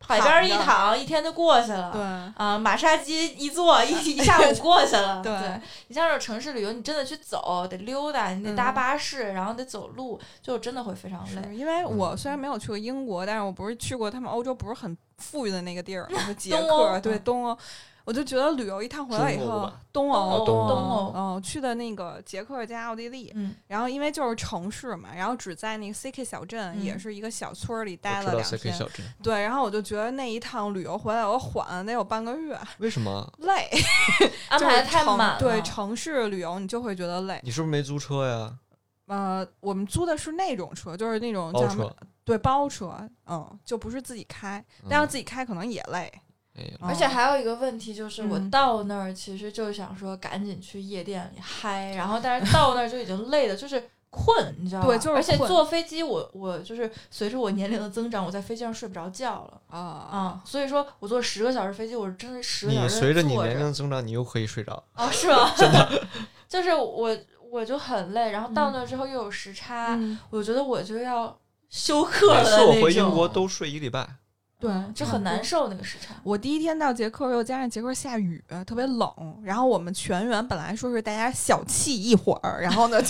A: 海边儿一
C: 躺着
A: 躺一天就过去了。
C: 对。
A: 啊，马杀鸡一坐
C: [laughs]
A: 一一下午过去了。
C: 对
A: 你像这种城市旅游，你真的去走，得溜达，你得搭
C: 嗯
A: 巴士，然后得走路，就真的会非常累。
C: 是因为
B: 嗯
C: 我虽然没有去过英国，但是我不是去过他们欧洲不是很富裕的那个地儿嘛，就捷
A: 东
C: 克，
A: 欧
C: 对东欧，我就觉得旅游一趟回来以
B: 中欧
C: 后
B: 吧，
C: 东
A: 欧
C: 欧，
B: 东
A: 欧
C: 哦，嗯去的那个捷克加奥地利，
A: 嗯，
C: 然后因为就是城市嘛，然后只在那个 CK 小镇，
A: 嗯
C: 也是一个小村儿里待
B: 我知
C: 了
B: 道
C: 两
B: CK
C: 天，
B: 小 [laughs] 镇
C: 对，然后我就觉得那一趟旅游回来，我缓得有半个月，
B: 为什么？啊
C: 累，
A: 安
C: 就是
A: 排得太
C: 城
A: 满了。
C: 对城市旅游你就会觉得累。
B: 你是不是没租车呀？
C: 呃，我们租的是那种车，就是那种
B: 包
C: 叫什么
B: 车？
C: 对包车，嗯，就不是自己开，
B: 嗯
C: 但要自己开可能也累，
B: 哎呀
A: 而且还有一个问题就是，我
C: 嗯
A: 到那儿其实就想说赶紧去夜店里嗨，然后但是到那儿就已经累的，就是困，你知道吗？
C: 对就是
A: 而且
C: 困
A: 坐飞机我，我就是随着我年龄的增长，我在飞机上睡不着觉了
C: 啊
A: 啊、所以说我坐十个小时飞机，我真是十个小
B: 你
A: 时
B: 随着你
A: 坐
B: 年龄增长，你又可以睡着。
A: 哦，是吗？真的，就是我我就很累，然后到那儿之后又有时差，
C: 嗯，
A: 我觉得我就要休克了
B: 每次
A: 的
B: 我
A: 那
B: 回英
A: 种
B: 国都睡一礼拜，
C: 对
A: 嗯，就很难受那个时差。
B: [laughs]
C: 我第一天到捷克，又加上捷克下雨，特别冷。然后我们全员本来说是大家小憩一会儿，然后呢就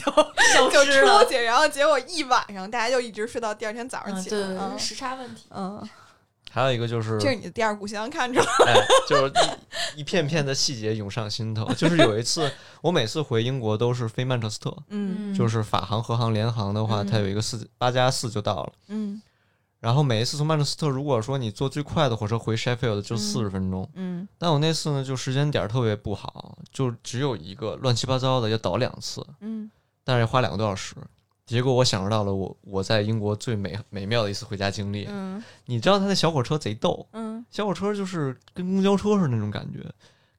A: 消
C: 就
A: 失了
C: 出去，然后结果一晚上大家就一直睡到第二天早上
A: 嗯，
C: 起
A: 对
C: 来。
A: 对对，
C: 嗯
A: 时差问题。
C: 嗯，
B: 还有一个就是
C: 这是你的第二故乡，看着
B: 哎，就是一一片片的细节涌上心头。就是有一次，我每次回英国都是飞曼彻斯特，
C: 嗯
B: 就是法航、荷航、联航的话，它
A: 嗯
B: 有一个四八加四就到了。
C: 嗯
B: 然后每一次从曼彻斯特，如果说你坐最快的火车回 Sheffield 就四十分钟，
C: 嗯
B: 但我那次呢就时间点儿特别不好，就只有一个乱七八糟的要倒两次，
C: 嗯
B: 但是要花两个多小时。结果我享受到了我我在英国最美美妙的一次回家经历。
C: 嗯
B: 你知道他那小火车贼逗，
C: 嗯
B: 小火车就是跟公交车似的那种感觉，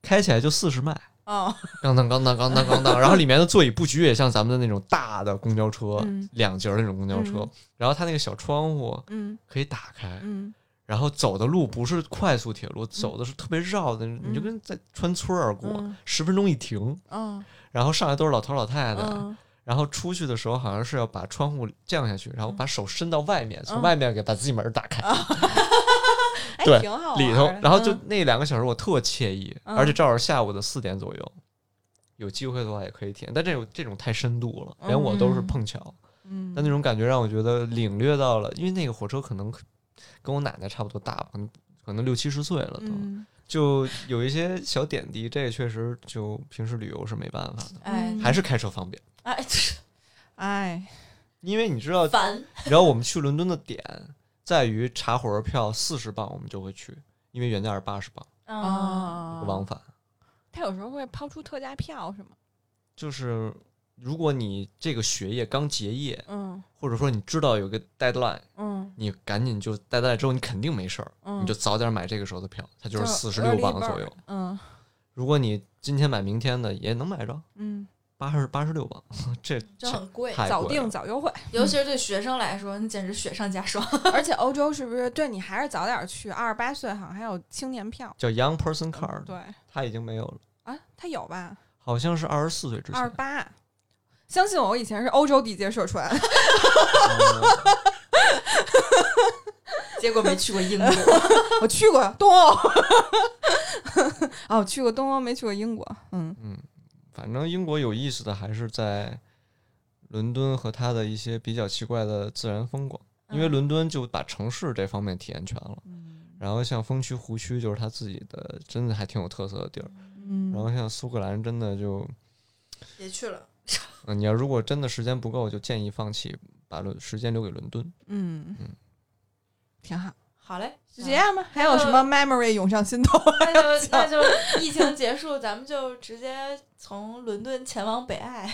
B: 开起来就四十迈，
C: 哦
B: 咣当咣当咣当咣当，然后里面的座椅布局也像咱们的那种大的公交车，
C: 嗯
B: 两节儿那种公交车，
C: 嗯
B: 然后它那个小窗户
C: 嗯
B: 可以打开，
C: 嗯
B: 然后走的路不是快速铁路，走的是特别绕的，你就跟在穿村儿过
C: 嗯，
B: 十、分钟一停，
C: 嗯
B: 然后上来都是老头老太太。
C: 嗯
B: 然后出去的时候，好像是要把窗户降下去，然后把手伸到外面，从
C: 嗯
B: 外面给把自己门儿打开，
C: 哎，
B: 对
C: 挺好玩儿的
B: 里头，然后就
C: 嗯
B: 那两个小时我特惬意，
C: 嗯
B: 而且正好是下午的四点左右，有机会的话也可以体验，但这种这种太深度了，连我都是碰巧，
C: 嗯
B: 但那种感觉让我觉得领略到了，因为那个火车可能跟我奶奶差不多大吧，可能可能六七十岁了都，
C: 嗯
B: 就有一些小点滴，这个确实就平时旅游是没办法的，
A: 哎
C: 嗯
B: 还是开车方便，
A: 哎， [laughs]
C: 哎
B: 因为你知道，
A: 烦。
B: 然后我们去伦敦的点在于查火车票四十磅我们就会去，因为原价是八十磅
A: 嗯，
C: 啊，
B: 往返。
C: 他有时候会抛出特价票是吗？
B: 就是如果你这个学业刚结业，
C: 嗯
B: 或者说你知道有个 deadline，
C: 嗯
B: 你赶紧就 deadline 之后你肯定没事儿，
C: 嗯，
B: 你就早点买这个时候的票，它就是四十
C: 就
B: 六
C: early
B: 磅左右
C: bird。嗯
B: 如果你今天买明天的也能买着，
C: 嗯。
B: 八十八十六磅，这
A: 就很贵，
B: 太
C: 早
B: 贵了
C: 订早优惠，
A: 尤其是对学生来说，你简直雪上加霜。
C: [laughs]
A: [laughs]
C: 而且欧洲是不是对你还是早点去？二十八岁好像还有青年票
B: 叫 Young Person Card，
C: 嗯对
B: 它已经没有了，
C: 啊，他有吧？
B: 好像是二十四岁之前
C: 二十。八， [laughs] 相信我，我以前是欧洲地接社
D: [laughs]
C: 团，
B: 嗯
A: 结果没去过 [laughs] 英国，
C: 我去 [laughs] 过东欧，哦，我去过东欧，没去过英国，嗯
B: 嗯，反正英国有意思的还是在伦敦和它的一些比较奇怪的自然风光，因为
A: 嗯
B: 伦敦就把城市这方面体验全了。
D: 嗯
B: 然后像风区、湖区，就是它自己的，真的还挺有特色的地儿。
D: 嗯，
B: 然后像苏格兰，真的就，
A: 别去了。
B: 呃你要如果真的时间不够，就建议放弃，把伦时间留给伦敦。
D: 嗯
B: 嗯
D: 挺好，
A: 好嘞，
D: 就这样吧。还有
A: 那
D: 什
A: 就
D: 么 memory 涌上心头？
A: 那就 [laughs] 那就疫情结束，咱们就直接从伦敦前往北爱。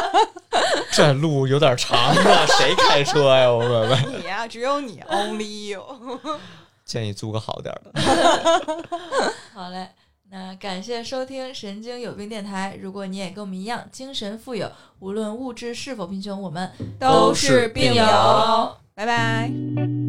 A: [laughs]
B: 这路有点长啊，谁开车呀？我问问。
D: 你呀、只有你，only
C: [laughs]
D: you。
B: 建议租个好点儿的。
A: 好嘞，那感谢收听《神经有病电台》。如果你也跟我们一样精神富有，无论物质是否贫穷，我们
D: 都
B: 是病友
A: 友。
D: 拜拜。
A: 拜拜。